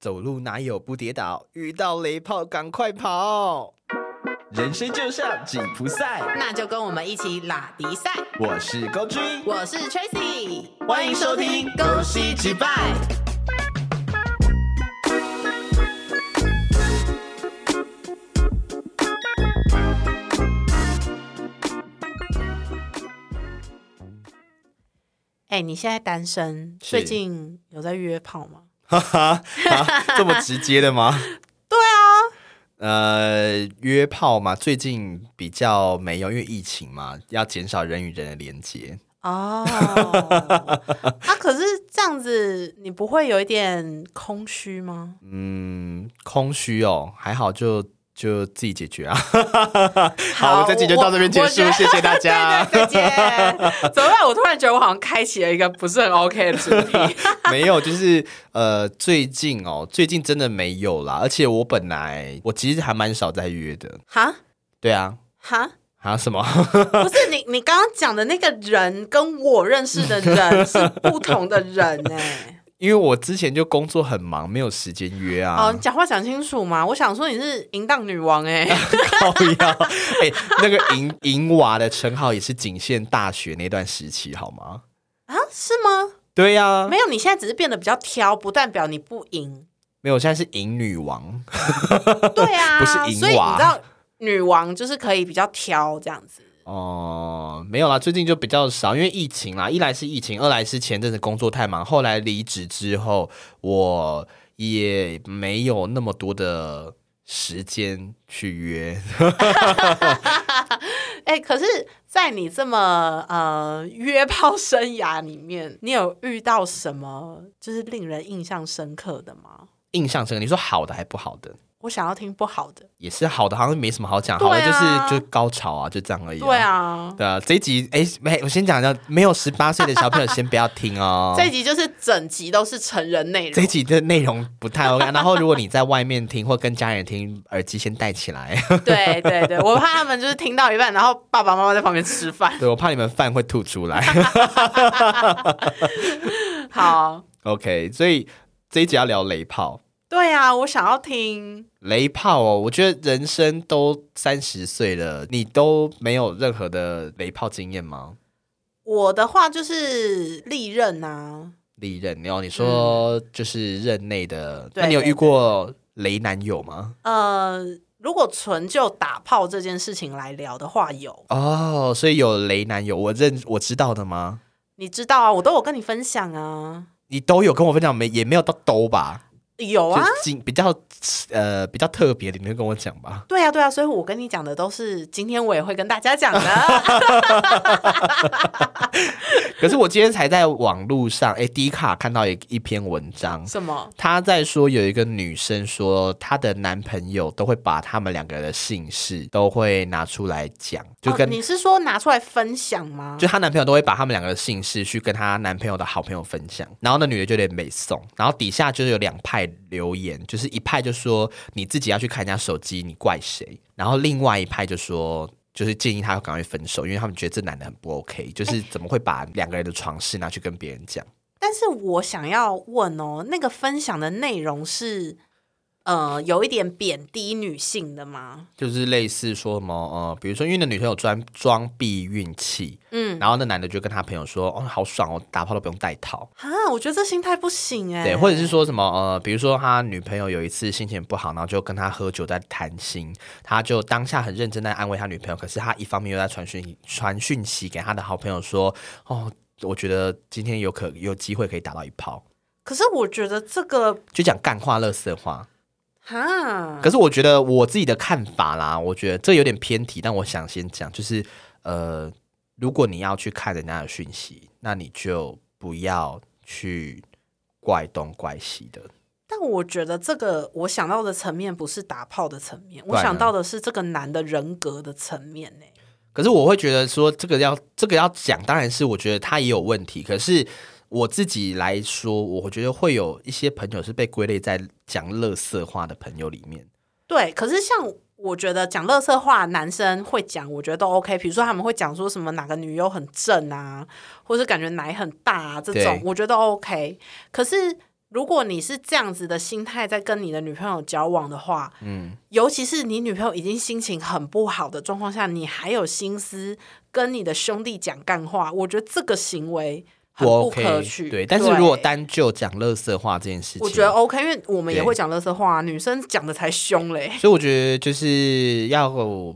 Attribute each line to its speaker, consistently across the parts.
Speaker 1: 走路哪有不跌倒？遇到雷炮赶快跑！
Speaker 2: 人生就像锦湖赛，
Speaker 3: 那就跟我们一起拉迪赛。
Speaker 2: 我是高君，
Speaker 3: 我是 Tracy，
Speaker 2: 欢迎收听
Speaker 3: 《
Speaker 2: 恭喜击败》。
Speaker 3: 哎、你现在单身，
Speaker 1: 是
Speaker 3: 最近有在约炮吗？
Speaker 1: 哈哈，啊这么直接的吗？
Speaker 3: 对啊，
Speaker 1: 呃，约炮嘛，最近比较没有，因为疫情嘛，要减少人与人的连接。
Speaker 3: 哦，啊，可是这样子，你不会有一点空虚吗？
Speaker 1: 嗯，空虚哦，还好就就自己解决 啊。
Speaker 3: 好
Speaker 1: 好，我这集就到这边结
Speaker 3: 我
Speaker 1: 束
Speaker 3: 我，
Speaker 1: 谢谢大 家。
Speaker 3: 对对，姐，怎么办？我突然觉得我好像开启了一个不是很 OK 的主题。
Speaker 1: 没有，就是呃，最近哦，最近真的没有啦。而且我本来我其实还蛮少在约的。
Speaker 3: 哈
Speaker 1: 对啊，
Speaker 3: 哈，
Speaker 1: 啊什么？
Speaker 3: 不是你，你刚刚讲的那个人跟我认识的人是不同的人哎、
Speaker 1: 因为我之前就工作很忙，没有时间约啊
Speaker 3: 哦，。你讲话讲清楚嘛！我想说你是淫荡女王哎、
Speaker 1: 靠腰，哎、那个银银娃的称号也是仅限大学那段时期，好吗？
Speaker 3: 啊，是吗？
Speaker 1: 对呀、
Speaker 3: 没有，你现在只是变得比较挑，不代表你不淫。
Speaker 1: 没有，我现在是银女王。
Speaker 3: 对啊，
Speaker 1: 不是淫娃
Speaker 3: 所以你知道女王就是可以比较挑这样子。
Speaker 1: 哦、没有啦，最近就比较少，因为疫情啦，一来是疫情，二来是前阵子工作太忙，后来离职之后，我也没有那么多的时间去约。
Speaker 3: 哎、可是，在你这么呃约炮生涯里面，你有遇到什么就是令人印象深刻的吗？
Speaker 1: 印象深刻，你说好的还不好的？
Speaker 3: 我想要听不好的。
Speaker 1: 也是好的，好像没什么好讲，
Speaker 3: 对
Speaker 1: 好
Speaker 3: 啊
Speaker 1: 的就是就高潮啊，就这样而已、
Speaker 3: 对。啊，
Speaker 1: 对啊，这一集哎，没，我先讲一下，没有十八岁的小朋友先不要听哦。
Speaker 3: 这一集就是整集都是成人内
Speaker 1: 这
Speaker 3: 容
Speaker 1: 一。集的内容不太 OK，然啊后如果你在外面听或跟家人听，耳机先戴起来。
Speaker 3: 对对对，我怕他们就是听到一半，然后爸爸妈妈在旁边吃饭。
Speaker 1: 对，我怕你们饭会吐出来。
Speaker 3: 好，
Speaker 1: OK，所以这一集要聊雷炮。
Speaker 3: 对啊，我想要听。
Speaker 1: 雷炮哦，我觉得人生都三十岁了，你都没有任何的雷炮经验吗？
Speaker 3: 我的话就是利刃啊，
Speaker 1: 历任，然后你说就是任内的，
Speaker 3: 嗯对
Speaker 1: 那你有遇过雷男友吗？
Speaker 3: 呃，如果纯就打炮这件事情来聊的话，有，
Speaker 1: 哦，所以有雷男友，我认我知道的吗？
Speaker 3: 你知道啊，我都有跟你分享啊，
Speaker 1: 你都有跟我分享没？也没有到兜吧？就
Speaker 3: 有啊，
Speaker 1: 仅比较呃比较特别的，你会跟我讲吧？
Speaker 3: 对啊，对啊，所以我跟你讲的都是今天我也会跟大家讲 的，
Speaker 1: 可是我今天才在网络上，哎，迪卡看到一一篇文章，
Speaker 3: 什么？
Speaker 1: 她在说有一个女生说，她的男朋友都会把他们两个人的姓氏都会拿出来讲，就
Speaker 3: 哦
Speaker 1: 跟、
Speaker 3: 你是说拿出来分享吗？
Speaker 1: 就她男朋友都会把他们两个的姓氏去跟她男朋友的好朋友分享，然后那女的就有点美送，然后底下就是有两派留言，就是一派就说你自己要去看人家手机，你怪谁？然后另外一派就说。就是建议她赶快分手，因为他们觉得这男的很不 OK，就是怎么会把两个人的床事拿去跟别人讲？
Speaker 3: 但是我想要问哦，那个分享的内容是呃有一点贬低女性的吗？
Speaker 1: 就是类似说什么呃，比如说因为那女生有装装避孕器，
Speaker 3: 嗯，
Speaker 1: 然后那男的就跟他朋友说，哦，好爽哦，打炮都不用带套。
Speaker 3: 啊，我觉得这心态不行哎、
Speaker 1: 对，或者是说什么呃，比如说他女朋友有一次心情不好，然后就跟他喝酒在谈心，他就当下很认真在安慰他女朋友，可是他一方面又在传讯传讯息给他的好朋友说，哦，我觉得今天有可有机会可以打到一炮，
Speaker 3: 可是我觉得这个
Speaker 1: 就讲干话、乐色话。
Speaker 3: 哈，
Speaker 1: 可是我觉得我自己的看法啦，我觉得这有点偏题，但我想先讲，就是呃，如果你要去看人家的讯息，那你就不要去怪东怪西的。
Speaker 3: 但我觉得这个我想到的层面不是打炮的层面，
Speaker 1: 不
Speaker 3: 我
Speaker 1: 然呢
Speaker 3: 想到的是这个男的人格的层面欸呢、
Speaker 1: 可是我会觉得说这个要这个要讲，当然是我觉得他也有问题，可是。我自己来说，我觉得会有一些朋友是被归类在讲乐色话的朋友里面。
Speaker 3: 对，可是像我觉得讲乐色话，男生会讲，我觉得都 OK。比如说他们会讲说什么哪个女优很正啊，或是感觉奶很大啊这
Speaker 1: 对
Speaker 3: 种，我觉得都 OK。可是如果你是这样子的心态在跟你的女朋友交往的话，嗯，尤其是你女朋友已经心情很不好的状况下，你还有心思跟你的兄弟讲干话，我觉得这个行为很
Speaker 1: 不
Speaker 3: 不可
Speaker 1: OK，
Speaker 3: 取。
Speaker 1: 对。但是如果单就讲乐色话这件事情，
Speaker 3: 我觉得 OK，因为我们也
Speaker 1: 对
Speaker 3: 会讲乐色话、啊，女生讲的才凶嘞。
Speaker 1: 所以我觉得就是要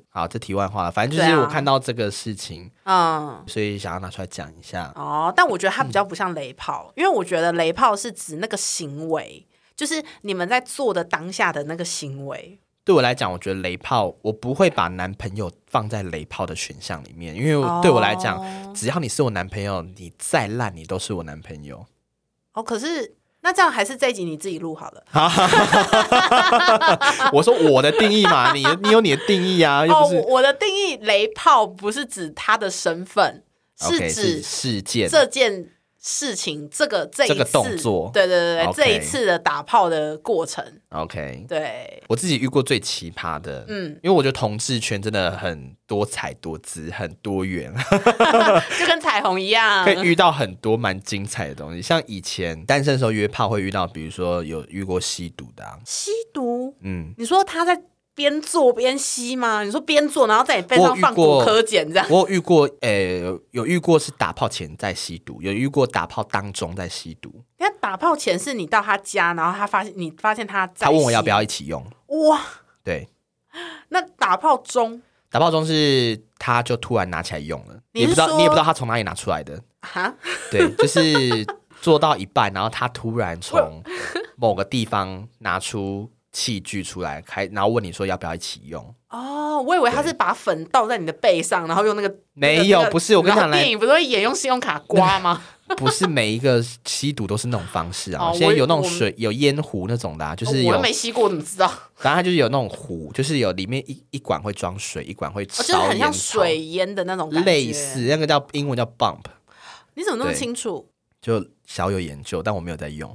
Speaker 1: 好，这题外话了。反正就
Speaker 3: 对
Speaker 1: 是
Speaker 3: 啊
Speaker 1: 我看到这个事情，
Speaker 3: 嗯，
Speaker 1: 所以想要拿出来讲一下。
Speaker 3: 哦，但我觉得
Speaker 1: 嗯
Speaker 3: 它比较不像雷炮，因为我觉得雷炮是指那个行为，就是你们在做的当下的那个行为。
Speaker 1: 对我来讲，我觉得雷炮，我不会把男朋友放在雷炮的选项里面，因为
Speaker 3: 哦
Speaker 1: 对我来讲，只要你是我男朋友，你再烂你都是我男朋友。
Speaker 3: 哦，可是那这样还是这一集你自己录好了。
Speaker 1: 我说我的定义嘛， 你你有你的定义啊，又
Speaker 3: 啊哦，
Speaker 1: 不
Speaker 3: 我
Speaker 1: 是。
Speaker 3: 我的定义，雷炮不是指他的身份，
Speaker 1: OK，是
Speaker 3: 指
Speaker 1: 事件，
Speaker 3: 这件事情，这个这一
Speaker 1: 这
Speaker 3: 次
Speaker 1: 个动作
Speaker 3: 对对对对
Speaker 1: OK
Speaker 3: 这一次的打炮的过程，
Speaker 1: OK，
Speaker 3: 对，
Speaker 1: 我自己遇过最奇葩的，嗯
Speaker 3: 嗯，
Speaker 1: 因为我觉得同志圈真的很多彩多姿，很多元，
Speaker 3: 就跟彩虹一样
Speaker 1: 可。以遇到很多蛮精彩的东西。像以前单身的时候约炮会遇到，比如说有遇过吸毒的、啊，
Speaker 3: 吸毒，
Speaker 1: 嗯，
Speaker 3: 你说他在边做边吸吗？你说边做，然后在你背
Speaker 1: 我有
Speaker 3: 上
Speaker 1: 遇
Speaker 3: 放
Speaker 1: 过
Speaker 3: 骨科碱这样？
Speaker 1: 我有遇过，呃、有遇过是打炮前在吸毒，有遇过打炮当中在吸毒，
Speaker 3: 因为打炮前是你到他家，然后他发现你发现他在，
Speaker 1: 他问我要不要一起用，
Speaker 3: 哇？
Speaker 1: 对，
Speaker 3: 那打炮中
Speaker 1: 打炮中是他就突然拿起来用了，你
Speaker 3: 你
Speaker 1: 也不
Speaker 3: 是
Speaker 1: 知道
Speaker 3: 说
Speaker 1: 你也不知道他从哪里拿出来的，
Speaker 3: 哈，
Speaker 1: 对，就是做到一半，然后他突然从某个地方拿出器具出来，开，然后问你说要不要一起用？
Speaker 3: 哦，我以为他是把粉倒在你的背上，然后用那个
Speaker 1: 没有
Speaker 3: 那个
Speaker 1: 不是我跟你讲
Speaker 3: 然后电影不是会演用信用卡刮 吗？
Speaker 1: 不是每一个吸毒都是那种方式啊，
Speaker 3: 哦
Speaker 1: 现在
Speaker 3: 我
Speaker 1: 有那种
Speaker 3: 我哦
Speaker 1: 水有烟壶那种的、啊，就是
Speaker 3: 我
Speaker 1: 有
Speaker 3: 又，没吸过，我怎么知道？哦
Speaker 1: 反正它就是有那种壶，就是有里面一一管会装水，一管会
Speaker 3: 哦就是
Speaker 1: 烧
Speaker 3: 很
Speaker 1: 烟
Speaker 3: 像
Speaker 1: 草，
Speaker 3: 水淹的那种感觉。
Speaker 1: 类似，那个叫英文叫 bump，
Speaker 3: 你怎么那么
Speaker 1: 对
Speaker 3: 清楚？
Speaker 1: 就小有研究，但我没有在用。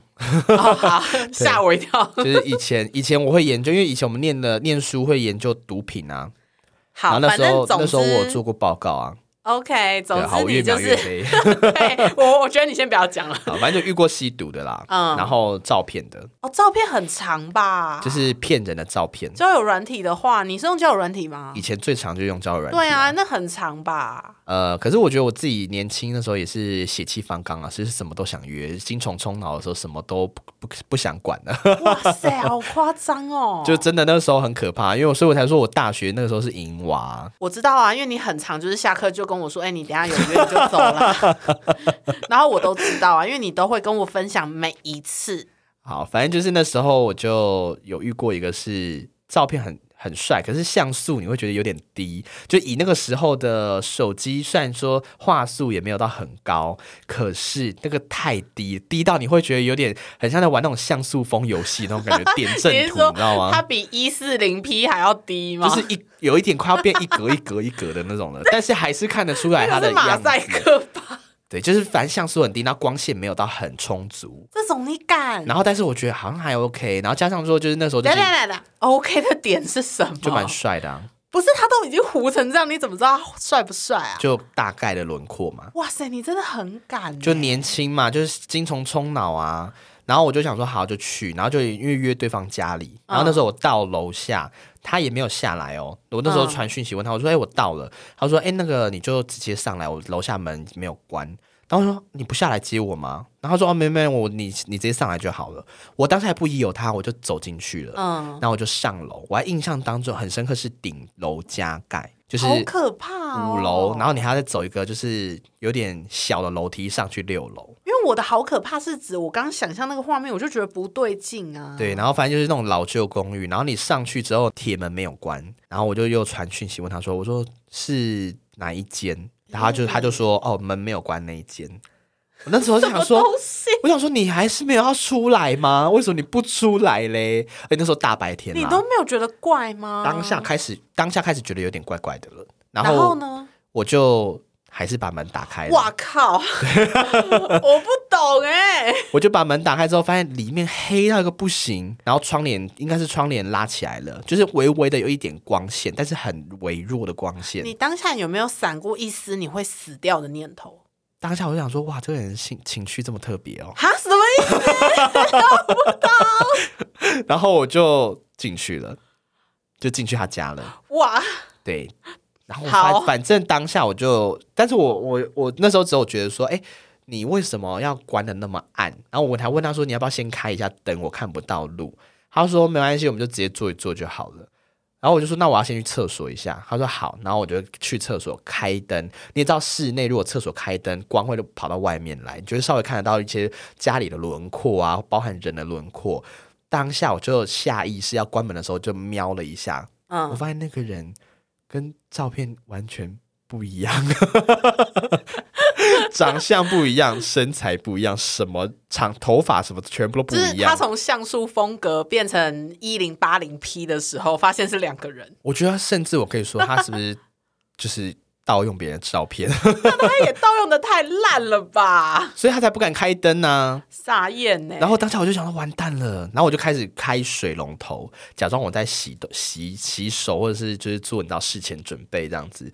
Speaker 3: 哦，好，吓我一跳。
Speaker 1: 就是以前以前我会研究，因为以前我们念的念书会研究毒品啊，然后
Speaker 3: 好，
Speaker 1: 那
Speaker 3: 反
Speaker 1: 时候
Speaker 3: 正
Speaker 1: 那
Speaker 3: 总
Speaker 1: 时候我有
Speaker 3: 之
Speaker 1: 做过报告啊，
Speaker 3: ，OK，总
Speaker 1: 对，好，
Speaker 3: 之
Speaker 1: 我越
Speaker 3: 你
Speaker 1: 描
Speaker 3: 就
Speaker 1: 越
Speaker 3: 是，
Speaker 1: 黑。
Speaker 3: 对我，我觉得你先不要讲了。
Speaker 1: 好，反正就遇过吸毒的啦，
Speaker 3: 嗯
Speaker 1: 然后照片的，
Speaker 3: 哦，照片很长吧？
Speaker 1: 就是骗人的照片。
Speaker 3: 交友软体的话，你是用交友软体吗
Speaker 1: 以？前最常就用交友软件，
Speaker 3: 对啊，，那很长吧？
Speaker 1: 呃，可是我觉得我自己年轻的时候也是血气方刚啊，就是什么都想约，精虫充脑的时候什么都不不不想管了，
Speaker 3: 哇塞，好夸张哦！
Speaker 1: 就真的那时候很可怕，因为我所以我才说我大学那个时候是淫娃，
Speaker 3: 我知道啊，因为你很长，就是下课就跟我说：“哎、你等一下有约你就 走了。”然后我都知道啊，因为你都会跟我分享每一次。
Speaker 1: 好，反正就是那时候我就有遇过一个是照片很很帅，可是像素你会觉得有点低，就以那个时候的手机，虽然说画素也没有到很高，可是那个太低，低到你会觉得有点很像在玩那种像素风游戏那种感 觉，点阵
Speaker 3: 你是
Speaker 1: 图，
Speaker 3: 说
Speaker 1: 你知道
Speaker 3: 它
Speaker 1: 吗？
Speaker 3: 比一四零 P 还要低吗？
Speaker 1: 啊就是一有一点快要变一格一格一格的那 种了，但是还是看得出来它
Speaker 3: 那个
Speaker 1: 的
Speaker 3: 是马
Speaker 1: 样
Speaker 3: 赛
Speaker 1: 子。嗯
Speaker 3: 克吧？
Speaker 1: 对，就是反正像素很低，那光线没有到很充足。
Speaker 3: 这种你敢？
Speaker 1: 然后，但是我觉得好像还 OK。然后加上说，就是那时候就
Speaker 3: 来
Speaker 1: 是
Speaker 3: 来来来，OK 的点是什么？
Speaker 1: 就蛮帅的、啊，
Speaker 3: 不是他都已经糊成这样，你怎么知道他帅不帅啊？
Speaker 1: 就大概的轮廓嘛，
Speaker 3: 哇塞，你真的很敢、欸
Speaker 1: 就。年轻嘛，就是精虫充脑啊。然后我就想说好就去，然后就因为约对方家里，
Speaker 3: 嗯
Speaker 1: 然后那时候我到楼下，他也没有下来哦。我那时候
Speaker 3: 嗯
Speaker 1: 传讯息问他，我说哎、我到了，他说哎、那个你就直接上来，我楼下门没有关。然后我说你不下来接我吗？然后他说哦没没我你你直接上来就好了。我当时还不疑有他，我就走进去了。
Speaker 3: 嗯，
Speaker 1: 然后我就上楼，我还印象当中很深刻是顶楼加盖，就是
Speaker 3: 好可怕、哦！
Speaker 1: 五楼，然后你还要再走一个就是有点小的楼梯上去六楼，
Speaker 3: 因为我的好可怕是指我刚刚想象那个画面，我就觉得不对劲啊。
Speaker 1: 对，然后反正就是那种老旧公寓，然后你上去之后铁门没有关，然后我就又传讯息问他说，我说是哪一间，然后他
Speaker 3: 嗯
Speaker 1: 就他就说哦门没有关那一间，我那时候就
Speaker 3: 什么
Speaker 1: 想说。啊
Speaker 3: 东西？
Speaker 1: 我想说，你还是没有要出来吗？为什么你不出来嘞？而且那时候大白天、啊，
Speaker 3: 你都没有觉得怪吗？
Speaker 1: 当下开始，当下开始觉得有点怪怪的了。然
Speaker 3: 然
Speaker 1: 后
Speaker 3: 后呢？
Speaker 1: 我就还是把门打开了。
Speaker 3: 哇 靠！我不懂哎、
Speaker 1: 我就把门打开之后，发现里面黑到一个不行，然后窗帘应该是窗帘拉起来了，就是微微的有一点光线，但是很微弱的光线
Speaker 3: 你。当下有没有闪过一丝你会死掉的念头？
Speaker 1: 当下我就想说，哇，这个人情情绪这么特别哦。
Speaker 3: 哈？什么
Speaker 1: 然后我就进去了，就进去他家了。
Speaker 3: 哇，
Speaker 1: 对，然后
Speaker 3: 好
Speaker 1: 反反正当下我就，但是我我我那时候只有觉得说，哎，你为什么要关的那么暗？然后我还问他说，你要不要先开一下灯，我看不到路。他说没关系，我们就直接坐一坐就好了。然后我就说，那我要先去厕所一下。他说好，然后我就去厕所开灯。你也知道，室内如果厕所开灯，光会跑到外面来，你就会稍微看得到一些家里的轮廓啊，包含人的轮廓。当下我就下意识要关门的时候，就瞄了一下，我
Speaker 3: 嗯，
Speaker 1: 发现那个人跟照片完全不一样， 长相不一样，身材不一样，什么长头发什么全部都不
Speaker 3: 就是
Speaker 1: 一
Speaker 3: 他
Speaker 1: 样。
Speaker 3: 从像素风格变成一零八零 P 的时候，发现是两个人，
Speaker 1: 我觉得甚至我可以说，他是不是就是盗用别人的照片，
Speaker 3: 他也盗用的太烂了吧，
Speaker 1: 所以他才不敢开灯啊呢、
Speaker 3: 傻眼欸呢、
Speaker 1: 然后当下我就想到完蛋了，然后我就开始开水龙头，假装我在洗的洗洗手，或者是就是做你知道事前准备这样子。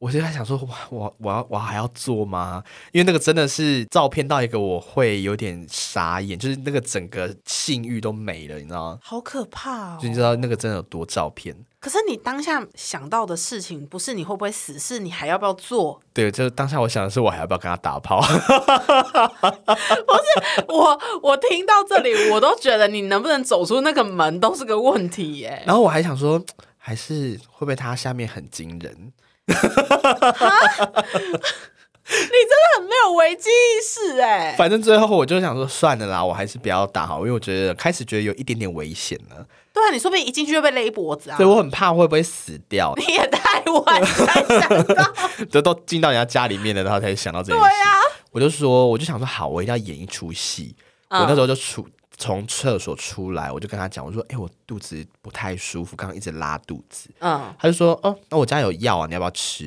Speaker 1: 我就在想说，哇，我我要我还要做吗？因为那个真的是照片到一个我会有点傻眼，就是那个整个性欲都没了，你知道吗？
Speaker 3: 好可怕哦
Speaker 1: 就！你知道那个真的有多照片。
Speaker 3: 可是你当下想到的事情，不是你会不会死，是你还要不要做？
Speaker 1: 对，就是当下我想的是，我还要不要跟他打炮？
Speaker 3: 我我听到这里，我都觉得你能不能走出那个门都是个问题耶、
Speaker 1: 然后我还想说，还是会不会他下面很惊人？
Speaker 3: 你真的很没有危机意识哎、
Speaker 1: 反正最后我就想说，算了啦，我还是不要打好，因为我觉得开始觉得有一点点危险了，
Speaker 3: 对啊，你说不定一进去就被勒脖子啊，
Speaker 1: 所！以我很怕会不会死掉
Speaker 3: 你也太晚才想到，
Speaker 1: 就都进到人家家里面了，然后才想到这
Speaker 3: 对啊
Speaker 1: 件事。
Speaker 3: 呀、
Speaker 1: 我就说，我就想说，好，我一定要演一出戏。
Speaker 3: 嗯
Speaker 1: 我那时候就出从厕所出来，我就跟他讲，我说，哎、我肚子不太舒服，刚刚一直拉肚子。
Speaker 3: 嗯，
Speaker 1: 他就说，哦，那我家有药啊，你要不要吃？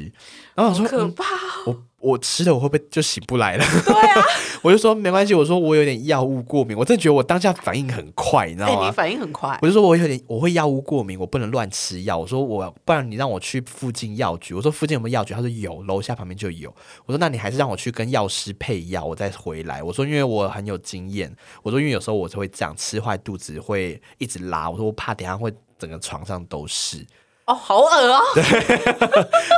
Speaker 1: 然后我
Speaker 3: 好
Speaker 1: 说，
Speaker 3: 可
Speaker 1: 嗯
Speaker 3: 怕哦、
Speaker 1: 我我吃了，我会不会就醒不来了？
Speaker 3: 对啊，
Speaker 1: 我就说没关系，我说我有点药物过敏，我真的觉得我当下反应很快，你知
Speaker 3: 哎、
Speaker 1: 道吗？
Speaker 3: 你反应很快，
Speaker 1: 我就说我有点我会药物过敏，我不能乱吃药。我说我不然你让我去附近药局。我说附近有没有药局？他说有，楼下旁边就有。我说那你还是让我去跟药师配药，我再回来。我说因为我很有经验，我说因为有时候我是会这样吃坏肚子会一直拉，我说我怕等一下会整个床上都是。
Speaker 3: 哦，好恶哦、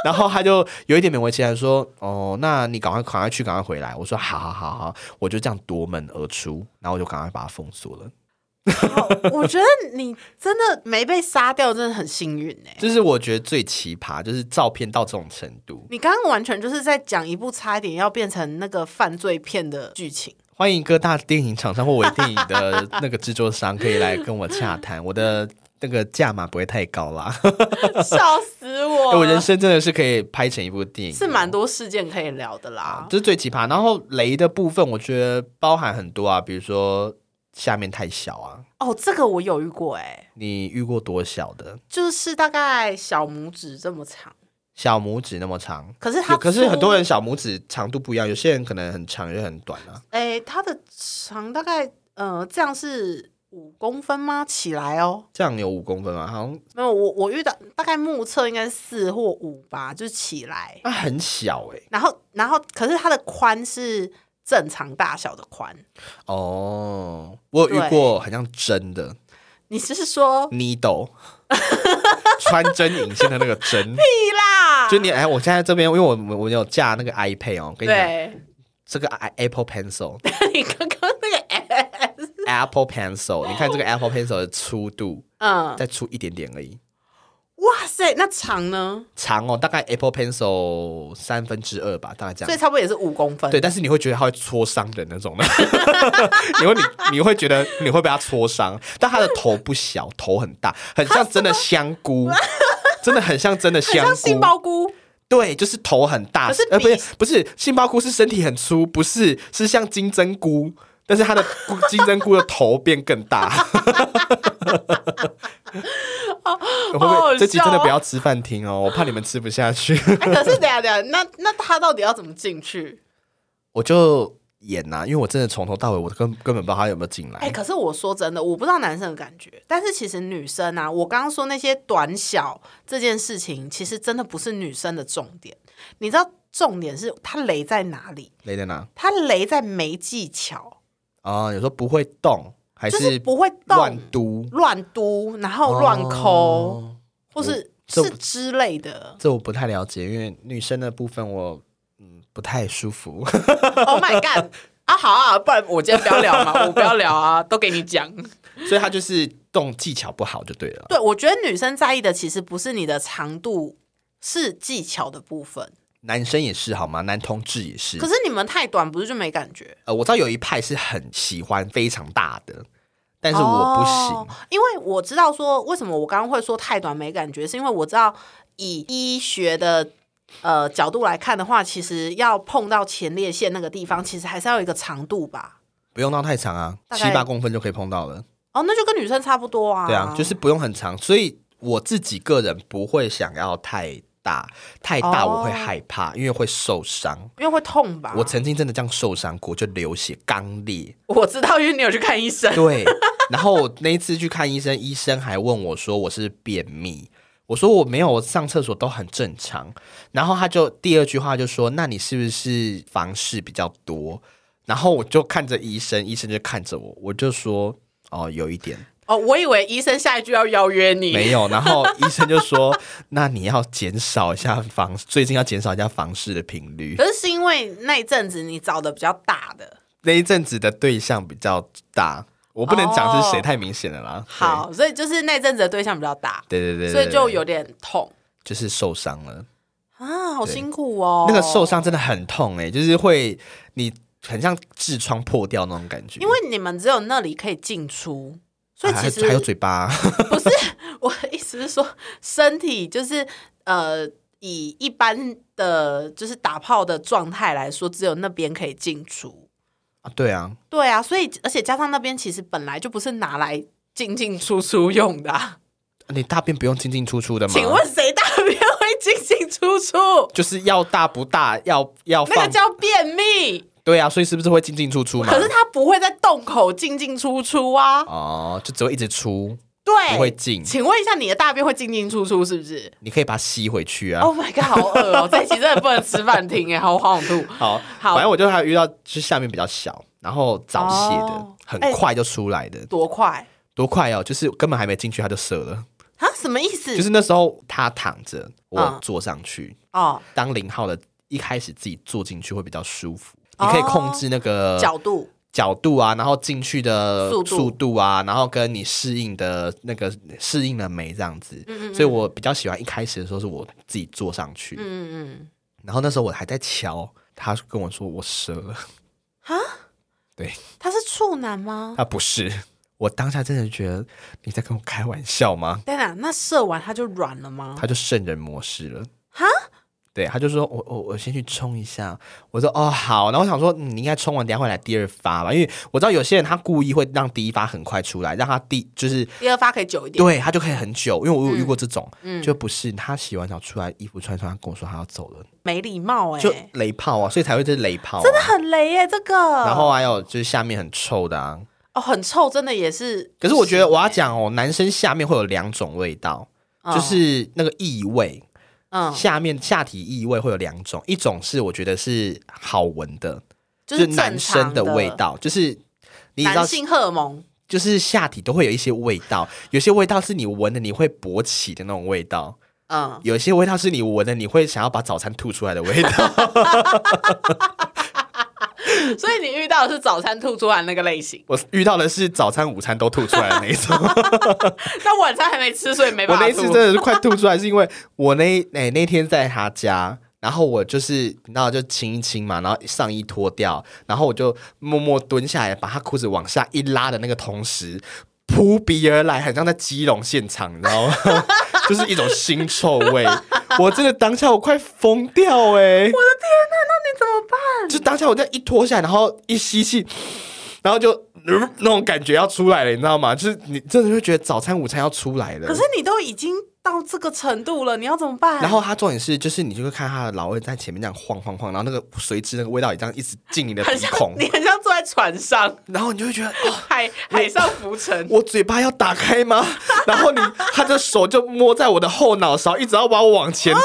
Speaker 1: 然后他就有一点勉为其难说：“哦，那你赶快赶快去，赶快回来。”我说：“好好好好。”我就这样夺门而出，然后我就赶快把它封锁了。
Speaker 3: 好我觉得你真的没被杀掉，真的很幸运哎、
Speaker 1: 这是我觉得最奇葩，就是照片到这种程度。
Speaker 3: 你刚刚完全就是在讲一部差一点要变成那个犯罪片的剧情，
Speaker 1: 欢迎各大电影厂商或微电影的那个制作商可以来跟我洽谈，我的那个价码不会太高啦。
Speaker 3: 笑死我了！
Speaker 1: 哎我人生真的是可以拍成一部电影，
Speaker 3: 啊是蛮多事件可以聊的啦。
Speaker 1: 这是最奇葩。然后雷的部分，我觉得包含很多啊，比如说下面太小啊，
Speaker 3: 哦，这个我有遇过哎、
Speaker 1: 你遇过多小的？
Speaker 3: 就是大概小拇指这么长，
Speaker 1: 小拇指那么长，
Speaker 3: 可是它
Speaker 1: 有可是
Speaker 3: 粗
Speaker 1: 很多人小拇指长度不一样，有些人可能很长，有些人很短啊。
Speaker 3: 哎、它的长大概呃这样是五公分吗？起来哦，
Speaker 1: 这样有五公分吗？好像
Speaker 3: 没有我我遇到大概目测应该是四或五吧，就是起来。
Speaker 1: 那啊很小哎、
Speaker 3: 然后然后可是它的宽是正常大小的宽，
Speaker 1: 哦，我有遇
Speaker 3: 对
Speaker 1: 过很像针的
Speaker 3: 你是说
Speaker 1: needle，穿针引线的那个针。
Speaker 3: 屁啦？
Speaker 1: 就你哎，我现在这边，因为我我我有架那个 iPad 哦，我跟你讲，
Speaker 3: 对，
Speaker 1: 这个 i- Apple Pencil
Speaker 3: 你刚刚那个 S，
Speaker 1: Apple Pencil，你看这个 Apple Pencil 的粗度
Speaker 3: 嗯，
Speaker 1: 再粗一点点而已，
Speaker 3: 哇塞，那长呢？
Speaker 1: 长哦，大概 Apple Pencil 三分之二吧，大概这样
Speaker 3: 所以。差不多也是五公分。
Speaker 1: 对，但是你会觉得它会戳伤人那种的， 你会你你会觉得你会被它戳伤，但它的头不小，头很大，很像真的香菇，真的很像真的
Speaker 3: 很
Speaker 1: 香
Speaker 3: 像杏
Speaker 1: 菇。
Speaker 3: 鲍菇，
Speaker 1: 对，就是头很大，
Speaker 3: 可是
Speaker 1: 呃不是
Speaker 3: 比
Speaker 1: 不是杏鲍菇是身体很粗，不是是像金针菇，但是它的菇金针菇的头变更大。 我会不
Speaker 3: 好
Speaker 1: 会这集真的
Speaker 3: 笑啊
Speaker 1: 不要吃饭听哦？我怕你们吃不下 去。
Speaker 3: 哎可是等一下等一下，那那它到底要怎么进去？
Speaker 1: 我就演啊呐、因为我真的从头到尾我根根本不知道他有没有进来。
Speaker 3: 哎、可是我说真的，我不知道男生的感觉，但是其实女生啊，我刚刚说那些短小这件事情，其实真的不是女生的重点。你知道重点是它雷在哪里？
Speaker 1: 雷在哪？
Speaker 3: 它雷在没技巧。
Speaker 1: 啊、有时候不会动，还
Speaker 3: 就是不会
Speaker 1: 乱
Speaker 3: 动、
Speaker 1: 嘟，
Speaker 3: 乱嘟，然后乱抠，
Speaker 1: 哦
Speaker 3: 或是
Speaker 1: 这。
Speaker 3: 是之类的
Speaker 1: 这我不太了解，因为女生的部分我嗯不太舒服。
Speaker 3: oh my god！啊，好啊，不然我今天不要 聊嘛，我不要聊啊，都给你讲。
Speaker 1: 所以他就是动技巧不好就对了。
Speaker 3: 对，我觉得女生在意的其实不是你的长度，是技巧的部分。
Speaker 1: 男生也是好吗？男同志也是。
Speaker 3: 可是你们太短，不是就没感觉？
Speaker 1: 呃，我知道有一派是很喜欢非常大的，但是我不行。
Speaker 3: 哦因为我知道说为什么我刚刚会说太短没感觉，是因为我知道以医学的呃角度来看的话，其实要碰到前列腺那个地方，其实还是要有一个长度吧。
Speaker 1: 不用到太长啊，
Speaker 3: 大
Speaker 1: 七
Speaker 3: 概
Speaker 1: 八公分就可以碰到了。
Speaker 3: 哦，那就跟女生差不多啊。
Speaker 1: 对啊，就是不用很长，所以我自己个人不会想要太大，太大
Speaker 3: 哦
Speaker 1: 我会害怕，因为会受伤。
Speaker 3: 因为会痛吧。
Speaker 1: 我曾经真的这样受伤过，就流血、肛裂。
Speaker 3: 我知道，因为你有去看医生。
Speaker 1: 对，然后我那一次去看医生，医生还问我说我是便秘，我说我没有，我上厕所都很正常。然后他就第二句话就说：“那你是不是房事比较多？”然后我就看着医生，医生就看着我，我就说：“哦，有一 点。”
Speaker 3: 哦，我以为医生下一句要邀约你。
Speaker 1: 没有，然后医生就说：“那你要减少一下房，最近要减少一下房事的频率。
Speaker 3: 可是是因为那一阵子你找的比较大的，”
Speaker 1: 那一阵子的对象比较大，我不能讲是谁，
Speaker 3: 哦
Speaker 1: 太明显了啦。对
Speaker 3: 好，所以就是那一阵子的对象比较大，
Speaker 1: 对对对对
Speaker 3: 所以就
Speaker 1: 对
Speaker 3: 有点痛
Speaker 1: 就是受伤了。
Speaker 3: 啊，好
Speaker 1: 对
Speaker 3: 辛苦哦。
Speaker 1: 那个受，伤真的很痛哎、就是会你很像痔疮破掉那种感觉，
Speaker 3: 因为你们只有那里可以进出，所以
Speaker 1: 啊
Speaker 3: 其
Speaker 1: 还还有
Speaker 3: 实
Speaker 1: 嘴巴，
Speaker 3: 不是我的意思是说，身体就是呃，以一般的就是打炮的状态来说，只有那边可以进出。
Speaker 1: 啊对啊，
Speaker 3: 对啊，所以而且加上那边其实本来就不是拿来进进出出用 的啊、
Speaker 1: 你大便不用进进出出的吗？
Speaker 3: 请问谁大便会进进出出？
Speaker 1: 就是要大不大，要要
Speaker 3: 那
Speaker 1: 放
Speaker 3: 个叫便秘，
Speaker 1: 对啊，所以是不是会进进出出嘛？
Speaker 3: 可是它不会在洞口进进出出啊。
Speaker 1: 哦，就只会一直出，
Speaker 3: 对，
Speaker 1: 不会进
Speaker 3: 请问一下，你的大便会进进出出是不是
Speaker 1: 你可以把它吸回去啊。
Speaker 3: ？Oh my god，好饿哦！ 这一集真的不能吃饭听哎，好好想吐。
Speaker 1: 好，
Speaker 3: 好
Speaker 1: 反正我就还有遇到，就是下面比较小，然后早泄的，
Speaker 3: 哦
Speaker 1: 很
Speaker 3: 哎
Speaker 1: 快就出来的，
Speaker 3: 多快
Speaker 1: 多快哦！就是根本还没进去他就射了，
Speaker 3: 啊？什么意思？
Speaker 1: 就是那时候他躺着，我
Speaker 3: 嗯
Speaker 1: 坐上去，
Speaker 3: 哦，
Speaker 1: 当零号的，一开始自己坐进去会比较舒服，
Speaker 3: 哦
Speaker 1: 你可以控制那个
Speaker 3: 角度
Speaker 1: 角度啊，然后进去的
Speaker 3: 速度
Speaker 1: 啊，然后跟你适应的那个适应了没这样子，
Speaker 3: 嗯
Speaker 1: 所以我比较喜欢一开始的时候是我自己坐上去，
Speaker 3: 嗯嗯，
Speaker 1: 然后那时候我还在瞧，他跟我说我射了。
Speaker 3: 他是处男吗？
Speaker 1: 啊，不是， 我当下真的觉得你在跟我开玩笑吗？
Speaker 3: 对啦，那射完他就软了吗？
Speaker 1: 他就圣人模式了。
Speaker 3: 哈？
Speaker 1: 对，他就说我我我先去冲一下。我说哦好，然后我想说、嗯、你应该冲完，等一下会来第二发吧，因为我知道有些人他故意会让第一发很快出来，让他第就是。
Speaker 3: 第二发可以久一点。
Speaker 1: 对他就可以很久，因为我有遇过这种，
Speaker 3: 嗯嗯
Speaker 1: 就不是他洗完澡出来，衣服穿穿，他跟我说他要走了，
Speaker 3: 没礼貌哎、
Speaker 1: 就雷炮啊，所以才会是雷炮、啊，
Speaker 3: 真的很雷哎、这个。
Speaker 1: 然后还有就是下面很臭的啊，
Speaker 3: 哦，很臭，真的也是。
Speaker 1: 可是我觉得我要讲哦，男生下面会有两种味道，
Speaker 3: 嗯
Speaker 1: 就是那个异味，
Speaker 3: 嗯，
Speaker 1: 下面下体异味会有两种，一种是我觉得是好闻的，
Speaker 3: 就
Speaker 1: 就是
Speaker 3: 正
Speaker 1: 男生
Speaker 3: 常的
Speaker 1: 味，道，就是你知道
Speaker 3: 男，性荷尔蒙。
Speaker 1: 就是下体都会有一些味道，有些味道是你闻的你会勃起的那种味道，
Speaker 3: 嗯，
Speaker 1: 有些味道是你闻的你会想要把早餐吐出来的味道。
Speaker 3: 所以你遇到的是早餐吐出来那个类型，
Speaker 1: 我遇到的是早餐、午餐都吐出来的那一种。
Speaker 3: 那晚餐还没吃，所以没
Speaker 1: 我
Speaker 3: 办
Speaker 1: 那
Speaker 3: 法
Speaker 1: 一次真
Speaker 3: 吐。
Speaker 1: 的是快吐出来，是因为我那哎、那天在他家，然后我就是然后就亲一亲嘛，然后上衣脱掉，然后我就默默蹲下来，把他裤子往下一拉的那个同时，扑鼻而来，很像在基隆现场，你知道吗？ 就是一种腥臭味，我真的当下我快疯掉哎、
Speaker 3: 你怎么 办？
Speaker 1: 就当下我这样一脱下来，然后一吸气，然后就、呃那种感觉要出来了，你知道吗？就是你真的会觉得早餐、午餐要出来了。
Speaker 3: 可是你都已经到这个程度了，你要怎么办？
Speaker 1: 然后它重点是，就是你就会看它的老二在前面这样晃晃晃，然后那个随之那个味道也这样一直进你的
Speaker 3: 很
Speaker 1: 鼻
Speaker 3: 像
Speaker 1: 孔，
Speaker 3: 你很像坐在船上，
Speaker 1: 然后你就会觉得、哦、
Speaker 3: 海海上浮沉。
Speaker 1: 我嘴巴要打开吗？然后你他的手就摸在我的后脑勺，一直要把我往
Speaker 3: 哦
Speaker 1: 前嘟，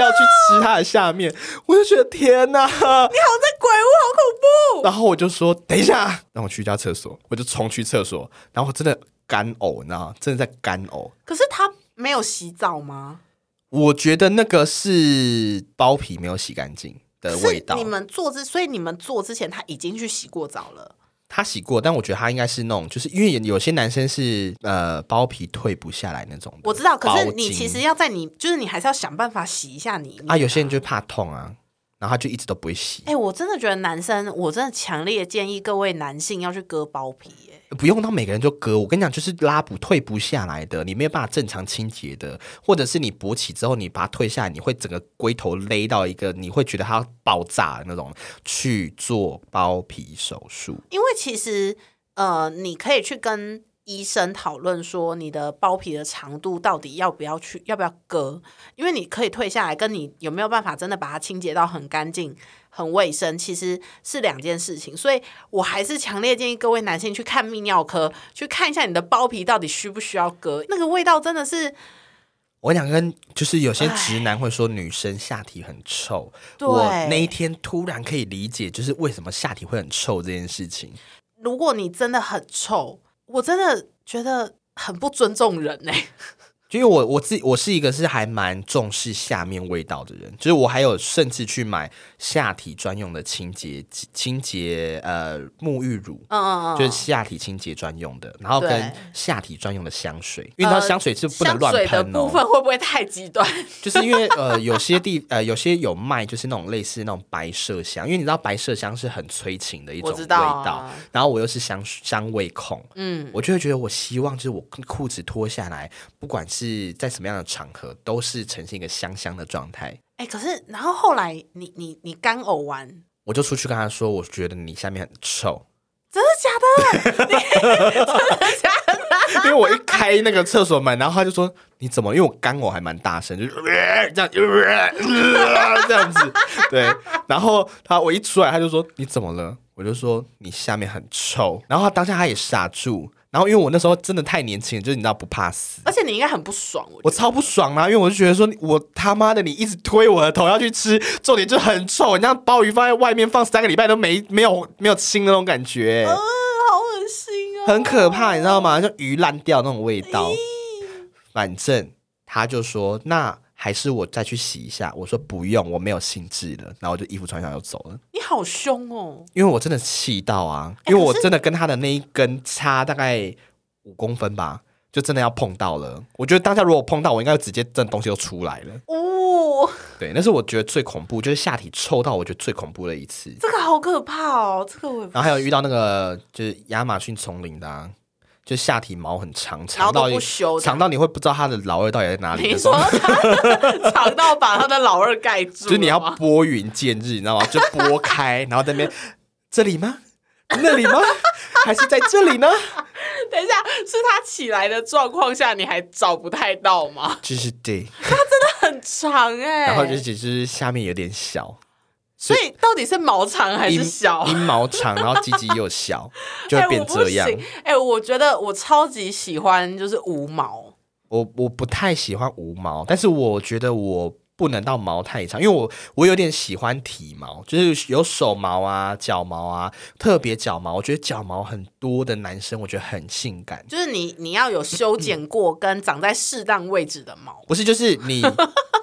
Speaker 1: 要去吃它的下面，我就觉得天哪！
Speaker 3: 你好，在鬼屋，好恐怖
Speaker 1: 然后我就说 等一下，让我去一下厕所，我就冲去厕所，然后我真的干呕，你知道吗？真的在干呕。
Speaker 3: 可是他没有洗澡吗？
Speaker 1: 我觉得那个是包皮没有洗干净的味道
Speaker 3: 是你。们做之，所以你们做之前他已经去洗过澡了。
Speaker 1: 他洗过，但我觉得他应该是那种，就是因为有些男生是呃包皮退不下来那种的
Speaker 3: 我知道，可
Speaker 1: 包
Speaker 3: 是
Speaker 1: 巾
Speaker 3: 你其实要在你，就是你还是要想办法洗一下你
Speaker 1: 啊，有些人就怕痛啊，然后他就一直都不会洗，
Speaker 3: 哎、我真的觉得男生，我真的强烈建议各位男性要去割包皮、哎，
Speaker 1: 不用到每个人就割。我跟你讲，就是拉不退不下来的，你没有办法正常清洁的，或者是你勃起之后你把它退下来，你会整个龟头勒到一个你会觉得它要爆炸的那种，去做包皮手术。
Speaker 3: 因为其实呃，你可以去跟医生讨论说你的包皮的长度到底要不要去，要不要割，因为你可以退下来，跟你有没有办法真的把它清洁到很干净、很卫生，其实是两件事情。所以我还是强烈建议各位男性去看泌尿科，去看一下你的包皮到底需不需要割，那个味道真的是。
Speaker 1: 我想跟就是有些直男会说女生下体很臭，
Speaker 3: 对
Speaker 1: 我那一天突然可以理解，就是为什么下体会很臭这件事情。
Speaker 3: 如果你真的很臭，我真的觉得很不尊重人哎、
Speaker 1: 就因为我我自己我是一个是还蛮重视下面味道的人，就是我还有甚至去买下体专用的清洁清洁呃沐浴乳。
Speaker 3: 嗯嗯嗯，
Speaker 1: 就是下体清洁专用的，然后跟
Speaker 3: 对
Speaker 1: 下体专用的香水，因为它香水是不能乱
Speaker 3: 呃香水的
Speaker 1: 喷
Speaker 3: 部
Speaker 1: 哦，
Speaker 3: 分会不会太极端？
Speaker 1: 就是因为呃有些地呃有些有卖就是那种类似那种白麝香，因为你知道白麝香是很催情的一种
Speaker 3: 我
Speaker 1: 味
Speaker 3: 知道啊
Speaker 1: 道，然后我又是香香味控，
Speaker 3: 嗯，
Speaker 1: 我就会觉得，我希望就是我裤子脱下来，不管是在什么样的场合，都是呈现一个香香的状态。
Speaker 3: 哎、可是然后后来你你你干呕完，
Speaker 1: 我就出去跟他说，我觉得你下面很臭，
Speaker 3: 真的假的？
Speaker 1: 因为我一开那个厕所门，然后他就说你怎么了？因为我干呕还蛮大声，就是、 呃这样、呃呃这样子，对。然后他我一出来，他就说你怎么了？我就说你下面很臭。然后他当下他也傻住，然后因为我那时候真的太年轻了，就是你知道不怕死，
Speaker 3: 而且你应该很不爽，我觉
Speaker 1: 我
Speaker 3: 得
Speaker 1: 超不爽啊啦、因为我就觉得说你，我他妈的，你一直推我的头要去吃，重点就很臭，你像鲍鱼放在外面放三个礼拜都没没有没有清那种感觉、
Speaker 3: 嗯，好恶心哦，
Speaker 1: 很可怕，哦你知道吗？就鱼烂掉那种味道。反正他就说，那还是我再去洗一下。我说不用，我没有兴致了。然后我就衣服穿上就走了，
Speaker 3: 你好凶哦，
Speaker 1: 因为我真的气到啊，
Speaker 3: 哎
Speaker 1: 因为我
Speaker 3: 可是
Speaker 1: 真的跟他的那一根差大概五公分吧。就真的要碰到了，我觉得当下如果碰到，我应该直接这东西就出来了。
Speaker 3: 哦，
Speaker 1: 对，那是我觉得最恐怖，就是下体臭到我觉得最恐怖的一次。
Speaker 3: 这个好可怕哦，这个我也不
Speaker 1: 然后还有遇到那个就是亚马逊丛林的、啊，就下体毛很长，
Speaker 3: 然
Speaker 1: 长
Speaker 3: 后
Speaker 1: 到
Speaker 3: 都
Speaker 1: 你
Speaker 3: 不修的
Speaker 1: 长到你会不知道它的老二到底在哪里
Speaker 3: 你
Speaker 1: 的时候。
Speaker 3: 说 他长到把他的老二盖住
Speaker 1: 就
Speaker 3: 了吗，
Speaker 1: 是你要拨云见日，你知道吗？就拨开，然后在那边这里吗？那里吗？还是在这里呢？
Speaker 3: 等一下，是他起来的状况下，你还找不太到吗？
Speaker 1: 就是对，
Speaker 3: 很长哎、
Speaker 1: 然后就只是下面有点小，
Speaker 3: 所以到底是毛长还
Speaker 1: 阴
Speaker 3: 是小？
Speaker 1: 阴毛长，然后鸡鸡又 小，就会变这样
Speaker 3: 哎、我。不行哎我觉得我超级喜欢就是无毛，
Speaker 1: 我我不太喜欢无毛，但是我觉得我不能到毛太长，因为我我有点喜欢体毛，就是有手毛啊、脚毛啊，特别脚毛，我觉得脚毛很多的男生，我觉得很性感。
Speaker 3: 就是你你要有修剪过跟长在适当位置的毛，
Speaker 1: 不是，就是你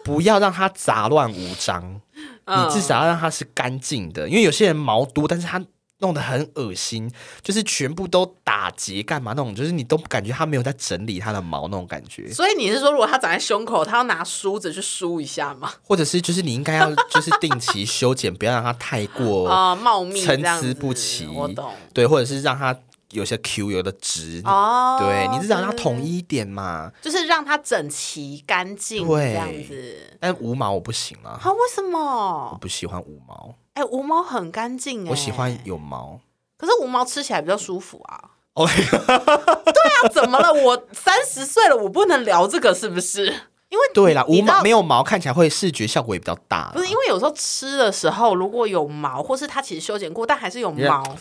Speaker 1: 不要让它杂乱无章，
Speaker 3: 嗯
Speaker 1: 你至少要让它是干净的，因为有些人毛多，但是他弄得很恶心，就是全部都打结干嘛那种，就是你都感觉他没有在整理他的毛那种感觉。
Speaker 3: 所以你是说，如果它长在胸口，它要拿梳子去梳一下吗？
Speaker 1: 或者是就是你应该要就是定期修剪，不要让它太 过
Speaker 3: 啊、茂密这
Speaker 1: 参
Speaker 3: 样
Speaker 1: 差
Speaker 3: 子
Speaker 1: 不齐，
Speaker 3: 我懂。
Speaker 1: 对，或者是让它有些 Q 有的直，
Speaker 3: 哦，
Speaker 1: 对你至少让它
Speaker 3: 对
Speaker 1: 统，一一点嘛。
Speaker 3: 就是让它整齐干净
Speaker 1: 对
Speaker 3: 这样子。
Speaker 1: 但无毛我不行啊，
Speaker 3: 啊，为什
Speaker 1: 我
Speaker 3: 么？
Speaker 1: 不喜欢无毛，
Speaker 3: 哎、无毛很干净哎，
Speaker 1: 我喜欢有毛。
Speaker 3: 可是无毛吃起来比较舒服啊。
Speaker 1: 哦，
Speaker 3: 那怎么了？我三十岁了，我不能聊这个是不是？因为
Speaker 1: 对啊啦，
Speaker 3: 你
Speaker 1: 无
Speaker 3: 知道
Speaker 1: 毛没有毛看起来会视觉效果也比较大啦，
Speaker 3: 不是因为有时候吃的时候如果有毛，或是它其实修剪过，但还是有毛，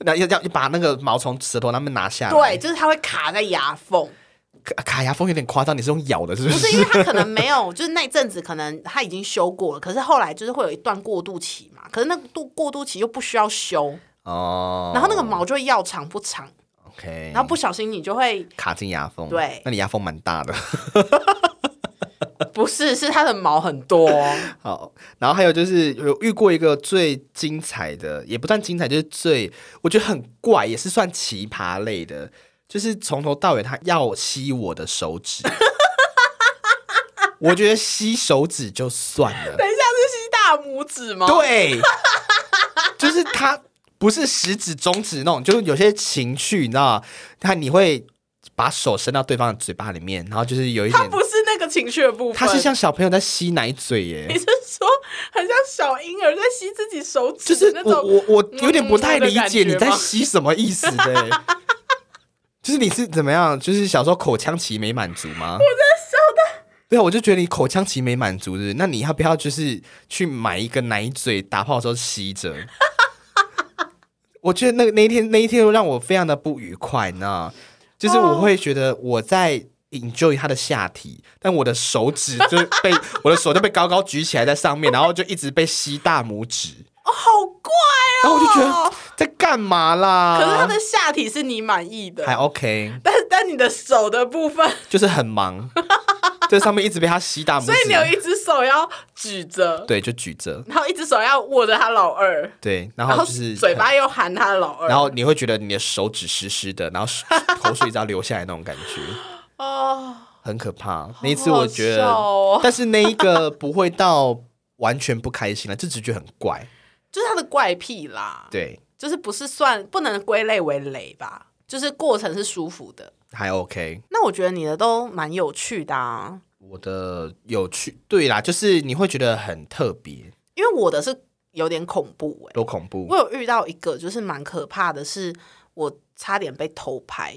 Speaker 1: 那要要把那个毛从舌头那边拿下来，
Speaker 3: 对，就是它会卡在牙缝。
Speaker 1: 卡卡牙缝有点夸张，你是用咬的，是不
Speaker 3: 不
Speaker 1: 是？
Speaker 3: 是因为他可能没有，就是那一阵子可能他已经修过了，可是后来就是会有一段过渡期嘛，可是那度过渡期又不需要修，
Speaker 1: 哦，
Speaker 3: 然后那个毛就会要长不长，
Speaker 1: OK，
Speaker 3: 然后不小心你就会
Speaker 1: 卡进牙缝，
Speaker 3: 对
Speaker 1: 那你牙缝蛮大的。
Speaker 3: 不是是它的毛很 多，
Speaker 1: 好，然后还有就是有遇过一个最精彩的，也不算精彩，就是最我觉得很怪，也是算奇葩类的，就是从头到尾他要吸我的手指。 我觉得吸手指就算了，
Speaker 3: 等一下是吸大拇指吗？
Speaker 1: 对，就是他不是食指、中指那种，就是有些情绪，你知道吗？他你会把手伸到对方的嘴巴里面，然后就是有一
Speaker 3: 它
Speaker 1: 点，
Speaker 3: 不是那个情绪的部分，
Speaker 1: 他是像小朋友在吸奶嘴耶，
Speaker 3: 你是说很像小婴儿在吸自己手
Speaker 1: 就
Speaker 3: 指
Speaker 1: 是
Speaker 3: 的那
Speaker 1: 我
Speaker 3: 种？
Speaker 1: 我我有点不太理解
Speaker 3: 嗯
Speaker 1: 你在
Speaker 3: 吗
Speaker 1: 吸什么意思的，就是你是怎么样？就是小时候口腔期没满足吗？我在说的。对啊，我就觉得你口腔期没满足的，那你要不要就是去买一个奶嘴，打泡的时候吸着？ 我觉得那个那一天那一天让我非常的不愉快，你知道吗就是我会觉得我在 enjoy 他的下体，但我的手指就被我的手就被高高举起来在上面，然后就一直被吸大拇指。
Speaker 3: 哦，好怪哦！
Speaker 1: 然后我就觉得在干嘛啦？
Speaker 3: 可是他的下体是你满意的
Speaker 1: 还，OK，
Speaker 3: 但但你的手的 部分，
Speaker 1: 就是很 忙，这上面一直被他吸大拇指，啊
Speaker 3: 所以你有一只手要举着，
Speaker 1: 对就举着，
Speaker 3: 然后一只手要握着他老二，
Speaker 1: 对，然
Speaker 3: 然
Speaker 1: 后
Speaker 3: 后
Speaker 1: 就是
Speaker 3: 嘴巴又含他老二，
Speaker 1: 然后你会觉得你的手指湿湿的，然后 手口水一直要流下来那种感觉，
Speaker 3: 哦，
Speaker 1: 很可怕。那一次我觉得，
Speaker 3: 好好笑哦
Speaker 1: 但是那一个不会到完全不开心了，就只觉得很怪。
Speaker 3: 就是他的怪癖啦，，
Speaker 1: 对，
Speaker 3: 就是不是算不能归类为雷吧，就是过程是舒服的。
Speaker 1: 还 OK。
Speaker 3: 那我觉得你的都蛮有趣的啊，
Speaker 1: 我的有趣，对啦，就是你会觉得很特别，
Speaker 3: 因为我的是有点恐怖哎、
Speaker 1: 多恐怖
Speaker 3: 我。有遇到一个就是蛮可怕的是，我差点被偷拍，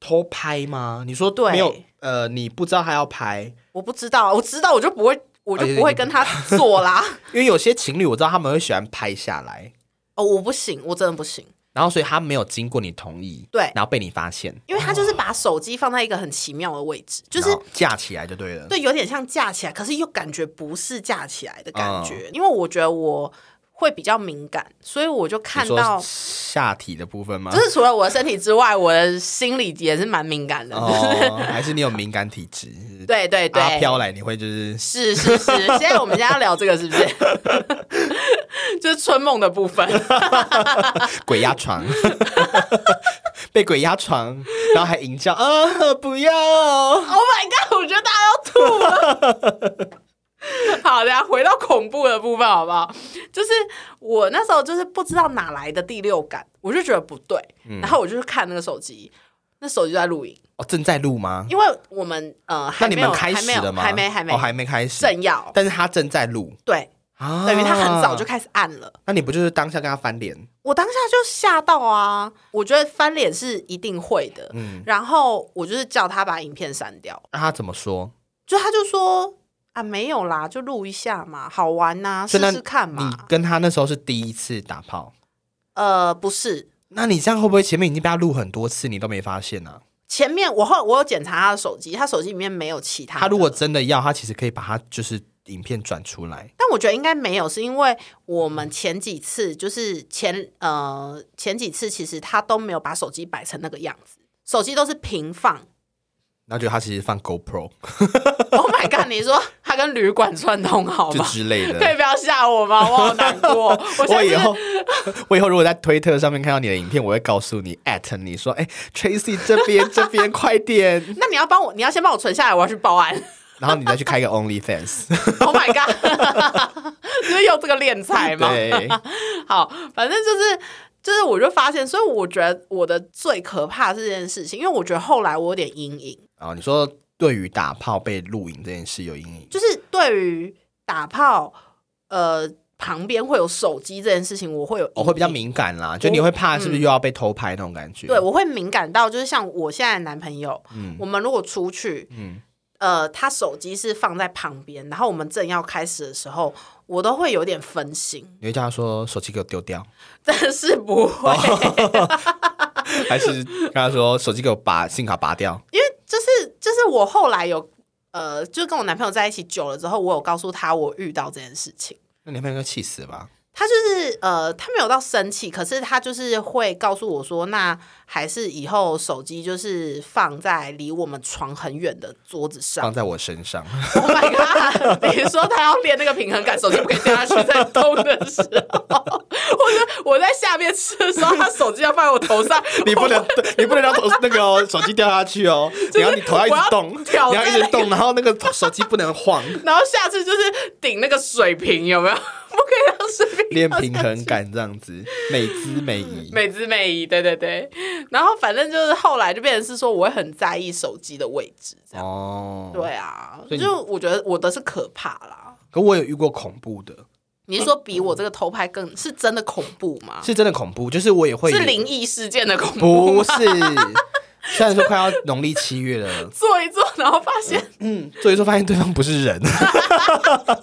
Speaker 1: 偷拍吗？你说
Speaker 3: 对
Speaker 1: 没有？呃，你不知道他要拍，
Speaker 3: 我不知道啊，我知道我就不会，我
Speaker 1: 啊
Speaker 3: 就不会跟他 做啦。
Speaker 1: 因为有些情侣我知道他们会喜欢拍下来，
Speaker 3: 哦，我不行，我真的不行，
Speaker 1: 然后所以他没有经过你同意，
Speaker 3: 对
Speaker 1: 然后被你发现，
Speaker 3: 因为他就是把手机放在一个很奇妙的位置，就是
Speaker 1: 哦然后架起来就对了。
Speaker 3: 对，有点像架起来，可是又感觉不是架起来的感
Speaker 1: 嗯
Speaker 3: 觉，因为我觉得我会比较敏感，所以我就看
Speaker 1: 你说
Speaker 3: 到。
Speaker 1: 下体的部分吗？
Speaker 3: 就是除了我的身体之外，我的心里也是蛮敏感的。
Speaker 1: 哦，还是你有敏感体质？
Speaker 3: 对对对，
Speaker 1: 阿飘来你会就是
Speaker 3: 是是是，现在我们现在要聊这个是不是？就是春梦的 部分，Oh
Speaker 1: 鬼压床， 被鬼压床，然后还淫叫啊不要，
Speaker 3: Oh my god！我觉得大家要吐了。 好，等一下回到恐怖的部分好不好？就是我那时候就是不知道哪来的第六感，我就觉得不对，
Speaker 1: 嗯
Speaker 3: 然后我就去看那个手机，那手机就在录影，
Speaker 1: 哦正在录吗？
Speaker 3: 因为我们呃
Speaker 1: 那
Speaker 3: 还
Speaker 1: 你
Speaker 3: 没
Speaker 1: 们
Speaker 3: 有
Speaker 1: 开
Speaker 3: 还没
Speaker 1: 始
Speaker 3: 有
Speaker 1: 了吗？
Speaker 3: 还没还没
Speaker 1: 哦还没开始，
Speaker 3: 正要
Speaker 1: 但是他正在录
Speaker 3: 对，
Speaker 1: 啊，
Speaker 3: 等于他很早就开始按了。
Speaker 1: 那你不就是当下跟他翻脸？
Speaker 3: 我当下就吓到啊！我觉得翻脸是一定会的，
Speaker 1: 嗯
Speaker 3: 然后我就是叫他把影片删掉，
Speaker 1: 那他怎么说？
Speaker 3: 就他就说啊没有啦，就录一下嘛，好玩呐、
Speaker 1: 所以
Speaker 3: 试
Speaker 1: 那
Speaker 3: 试看嘛。
Speaker 1: 你跟他那时候是第一次打炮，
Speaker 3: 呃，不是，
Speaker 1: 那你这样会不会前面已经被他录很多次，你都没发现呢、啊？
Speaker 3: 前面我后我有检查他的手机，他手机里面没有其他的。
Speaker 1: 他如果真的要，他其实可以把他就是影片转出来。
Speaker 3: 但我觉得应该没有，是因为我们前几次就是前呃前几次，其实他都没有把手机摆成那个样子，手机都是平放。
Speaker 1: 然后就他其实放 GoPro
Speaker 3: oh my god！你说他跟旅馆串通好
Speaker 1: 就
Speaker 3: 吗？
Speaker 1: 之类
Speaker 3: 可以
Speaker 1: 的。
Speaker 3: 不要吓我吗？我好难过。我
Speaker 1: 我
Speaker 3: 现
Speaker 1: 以
Speaker 3: 在
Speaker 1: 后， 我以后如果在推特上面看到你的影片，我会告诉你，at 你说，哎、t r a c y 这 边这边快点，
Speaker 3: 那你要帮我，你要先帮我存下来，我要去报案。
Speaker 1: 然后你再去 开个 OnlyFans，
Speaker 3: Oh my god！就是 用这个敛财嘛。
Speaker 1: 对，
Speaker 3: 好，反正就是就是，我就发现，所以我觉得我的最可怕的是这件事情，因为我觉得后来我有点阴影，
Speaker 1: 然后哦你说对于打炮被录影这件事有阴影，
Speaker 3: 就是对于打炮，呃，旁边会有手机这件事情，我会有
Speaker 1: 我、哦会比较
Speaker 3: 阴影。
Speaker 1: 敏感啦，就你会怕是不是又要被偷拍那种感觉？
Speaker 3: 嗯对，我会敏感到，就是像我现在的男朋友，我们如果出去，
Speaker 1: 嗯
Speaker 3: 呃，他手机是放在旁边，然后我们正要开始的时候，我都会有点分心，
Speaker 1: 你会叫他说手机给我丢掉，
Speaker 3: 但是不
Speaker 1: 哦
Speaker 3: 会，
Speaker 1: 还是跟他说手机给我拔信用卡拔掉？
Speaker 3: 因为就是就是我后来有呃，就跟我男朋友在一起久了之后，我有告诉他我遇到这件事情。
Speaker 1: 那你男朋友应该气死了吧？
Speaker 3: 他就是呃，他没有到生气，可是他就是会告诉我说，那还是以后手机就是放在离我们床很远的桌子上
Speaker 1: 放。在我身上，
Speaker 3: Oh my god！你说他要练那个平衡感，手机不可以掉下去，在动的时候，或者我在下面吃的时候，他手机要放在我头上，
Speaker 1: 你不能，你不能让头那个、哦、手机掉下去 哦，你要你头要一
Speaker 3: 我
Speaker 1: 直
Speaker 3: 要
Speaker 1: 动，
Speaker 3: 挑
Speaker 1: 你要一
Speaker 3: 战
Speaker 1: 直
Speaker 3: 那
Speaker 1: 动，然后那个手机不能 晃，
Speaker 3: 然后下次就是顶那个水瓶，有没有？不可以让水瓶
Speaker 1: 练
Speaker 3: 掉下
Speaker 1: 平衡感这样子，美姿美 仪。
Speaker 3: 美姿美仪，对对对。然后反正就是后来就变成是说，我会很在意手机的位置，这样。
Speaker 1: 哦，
Speaker 3: 对啊，
Speaker 1: 所以你
Speaker 3: 就我觉得我的是可怕啦。
Speaker 1: 可我有遇过恐怖的，
Speaker 3: 你是说比我这个偷拍更是真的恐怖吗？
Speaker 1: 是真的恐怖，就是我也会
Speaker 3: 是
Speaker 1: 有
Speaker 3: 灵异事件的恐
Speaker 1: 不
Speaker 3: 怖吗？
Speaker 1: 是，虽然说快要农历七月了，
Speaker 3: 做一做，然后发现
Speaker 1: 所以说发现对方不是 人，
Speaker 3: 你说，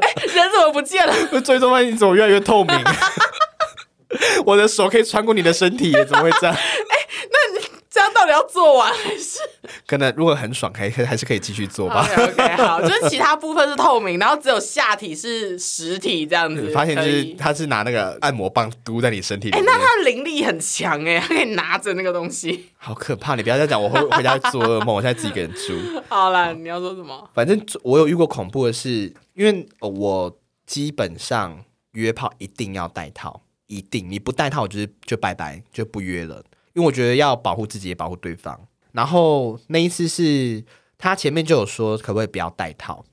Speaker 3: 哎、人怎么不见了？
Speaker 1: 最终发现你怎么越来越透明？ 我的手可以穿过你的身体，怎么会这样？
Speaker 3: 这样到底要做完还是
Speaker 1: 可能如果很爽，还还是可以继续做吧。
Speaker 3: ？OK OK，好，就是其他部分是透明，然后只有下体是实体这样子。
Speaker 1: 发现就
Speaker 3: 可
Speaker 1: 是
Speaker 3: 以
Speaker 1: 他是拿那个按摩棒嘟在你身体里
Speaker 3: 哎、
Speaker 1: 面，
Speaker 3: 那他的灵力很强哎、他可以拿着那个东西。
Speaker 1: 好可怕！你不要再讲，我会回家做噩梦。我现在自己一个人住，
Speaker 3: 好啦，你要说什么？
Speaker 1: 反正我有遇过恐怖的是，因为呃我基本上约炮一定要带套，一定你不带套，我就是就拜拜，就不约了。因为我觉得要保护自己，也保护对方。然后那一次是他前面就有说，可不可以不要带套？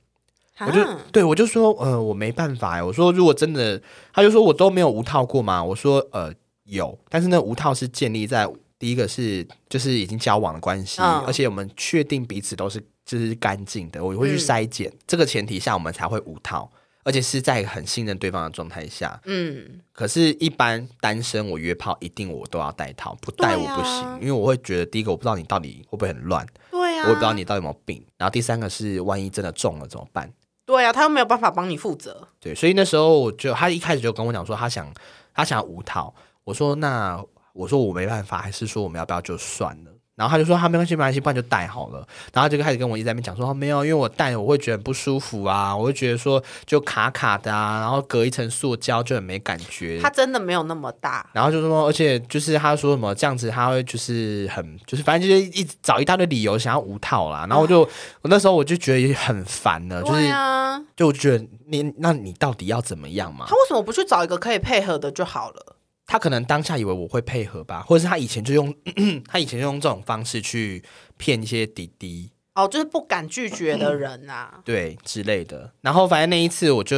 Speaker 1: 我就
Speaker 3: 啊
Speaker 1: 对我就说，呃，我没办法欸我说如果真的，他就说我都没有无套过嘛。我说呃有，但是那无套是建立在第一个是就是已经交往的关系，
Speaker 3: 嗯
Speaker 1: 而且我们确定彼此都是就是干净的，我会去
Speaker 3: 嗯
Speaker 1: 筛检、这个前提下，我们才会无套，而且是在很信任对方的状态下。
Speaker 3: 嗯，
Speaker 1: 可是，一般单身我约炮一定我都要带套，不带我
Speaker 3: 对啊
Speaker 1: 不行，因为我会觉得第一个我不知道你到底会不会很乱，
Speaker 3: 对啊呀、
Speaker 1: 我也不知道你到底有没有病，然后第三个是万一真的中了怎么办？
Speaker 3: 对啊呀、他又没有办法帮你负责。
Speaker 1: 对，所以那时候我就他一开始就跟我讲说他想他想要无套，我说那我说我没办法，还是说我们要不要就算了？然后他就说他没关系没关系，不然就戴好了。然后他就开始跟我一直在那边讲说、哦、没有，因为我戴了我会觉得很不舒服啊，我会觉得说就卡卡的啊，然后隔一层塑胶就很没感觉。
Speaker 3: 他真的没有那么大，
Speaker 1: 然后就说，而且就是他说什么这样子，他会就是很就是反正就是一直找一大堆理由想要无套啦。然后我就、我那时候我就觉得也很烦了，呃就是
Speaker 3: 对啊，
Speaker 1: 就觉得你那你到底要怎么样嘛
Speaker 3: 他？为什么不去找一个可以配合的就好了？
Speaker 1: 他可能当下以为我会配合吧，或者是他以前就用 他以前就用这种方式去骗一些弟弟
Speaker 3: 哦，就是不敢拒绝的
Speaker 1: 嗯
Speaker 3: 人啊。
Speaker 1: 对之类的。然后反正那一次我就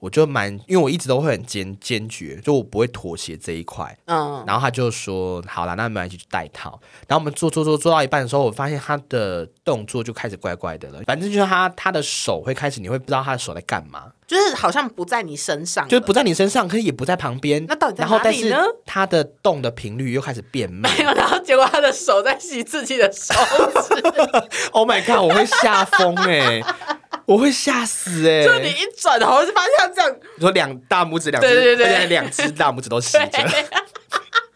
Speaker 1: 我就蛮，因为我一直都会很坚坚决，就我不会妥协这一块。
Speaker 3: 嗯，
Speaker 1: 然后他就说：“好啦，那没关系，就戴套。”然后我们做做做做到一半的时候，我发现他的动作就开始怪怪的了。反正就是他他的手会开始，你会不知道他的手在干嘛，
Speaker 3: 就是好像不在你身上了，
Speaker 1: 就是不在你身上，可是也不在旁边。
Speaker 3: 那到底在
Speaker 1: 然后
Speaker 3: 哪
Speaker 1: 但
Speaker 3: 里
Speaker 1: 是
Speaker 3: 呢
Speaker 1: 他的动的频率又开始变慢。
Speaker 3: 没有，然后结果他的手在洗自己的手指，
Speaker 1: Oh my god！我会吓疯哎，我会吓死哎、
Speaker 3: 就你一转头就发现他这样，
Speaker 1: 你说两大拇指，两
Speaker 3: 对对对对
Speaker 1: 而且两只大拇指都吸着。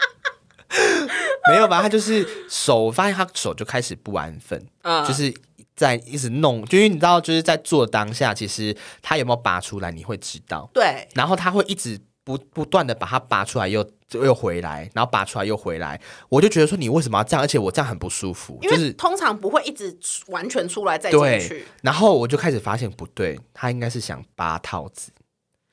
Speaker 1: 没有吧？他就是手，我发现他手就开始不安分，
Speaker 3: 嗯
Speaker 1: 就是在一直弄，就因为你知道，就是在做当下，其实他有没有拔出来，你会知道。
Speaker 3: 对，
Speaker 1: 然后他会一直不不断的把它拔出来又，又回来，然后拔出来又回来，我就觉得说你为什么要这样？而且我这样很不舒服，
Speaker 3: 因
Speaker 1: 就
Speaker 3: 为
Speaker 1: 是
Speaker 3: 通常不会一直出完全出来再进
Speaker 1: 对
Speaker 3: 去。。
Speaker 1: 然后我就开始发现不对，他应该是想拔套子。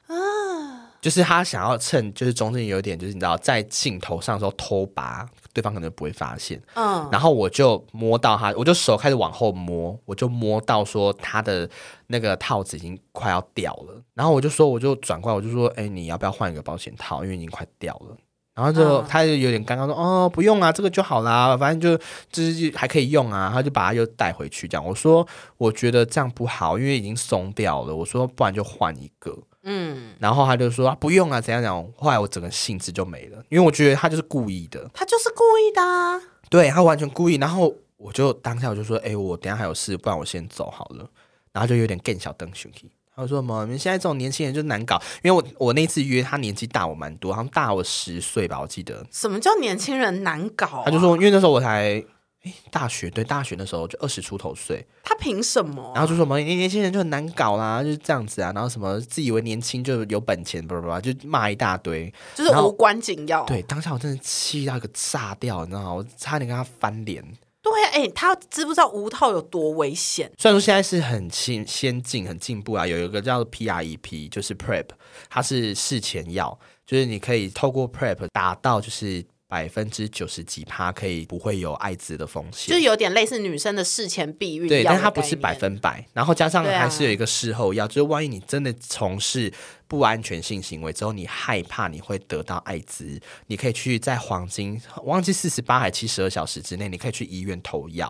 Speaker 3: 啊，
Speaker 1: 就是他想要趁就是中间有一点就是你知道在镜头上的时候偷拔，对方可能不会发现。
Speaker 3: 嗯，
Speaker 1: 然后我就摸到他，我就手开始往后摸，我就摸到说他的那个套子已经快要掉了。然后我就说，我就转过来，我就说，哎、你要不要换一个保险套？因为已经快掉了。然后就、
Speaker 3: 嗯
Speaker 1: 他就有点尴尬说，哦，不用啊，这个就好啦，反正就就是还可以用啊。他就把它又带回去，这样我说我觉得这样不好，因为已经松掉了。我说不然就换一个。
Speaker 3: 嗯，
Speaker 1: 然后他就说、啊不用啊，怎样怎样。后来我整个兴致就没了，因为我觉得他就是故意的，
Speaker 3: 他就是故意的啊。
Speaker 1: 对他完全故意。然后我就当下我就说，哎、我等一下还有事，不然我先走好了。然后就有点更小灯熊气。他就说什么？你们现在这种年轻人就难搞，因为我我那次约他年纪大我蛮多，好像大我十岁吧，我记得。
Speaker 3: 什么叫年轻人难搞啊、
Speaker 1: 他就说，因为那时候我才诶大学对大学那时候就二十出头岁，
Speaker 3: 他凭什么
Speaker 1: 然后就说什么年年轻人就很难搞啦，就是这样子啊，然后什么自以为年轻就有本钱，叭叭叭，就骂一大堆。
Speaker 3: 就是
Speaker 1: 然后
Speaker 3: 无关紧要？
Speaker 1: 对，当下我真的气到一个炸掉，你知道吗？我差点跟他翻脸。
Speaker 3: 对啊，哎、他知不知道无套有多危险？
Speaker 1: 虽然说现在是很先先进、很进步啊，有一个叫 PREP，就是 E PrEP，它是事前药，就是你可以透过 PrEP 达到就是百分之九十几趴可以不会有艾滋的风险，
Speaker 3: 就是有点类似女生的事前避孕
Speaker 1: 对，但
Speaker 3: 药的概念，啊
Speaker 1: 它不是百分百，然后加上
Speaker 3: 对啊
Speaker 1: 还是有一个事后药，就是万一你真的从事不安全性行为之后，你害怕你会得到艾滋，你可以去在黄金忘记四十八还七十二小时之内，你可以去医院投药，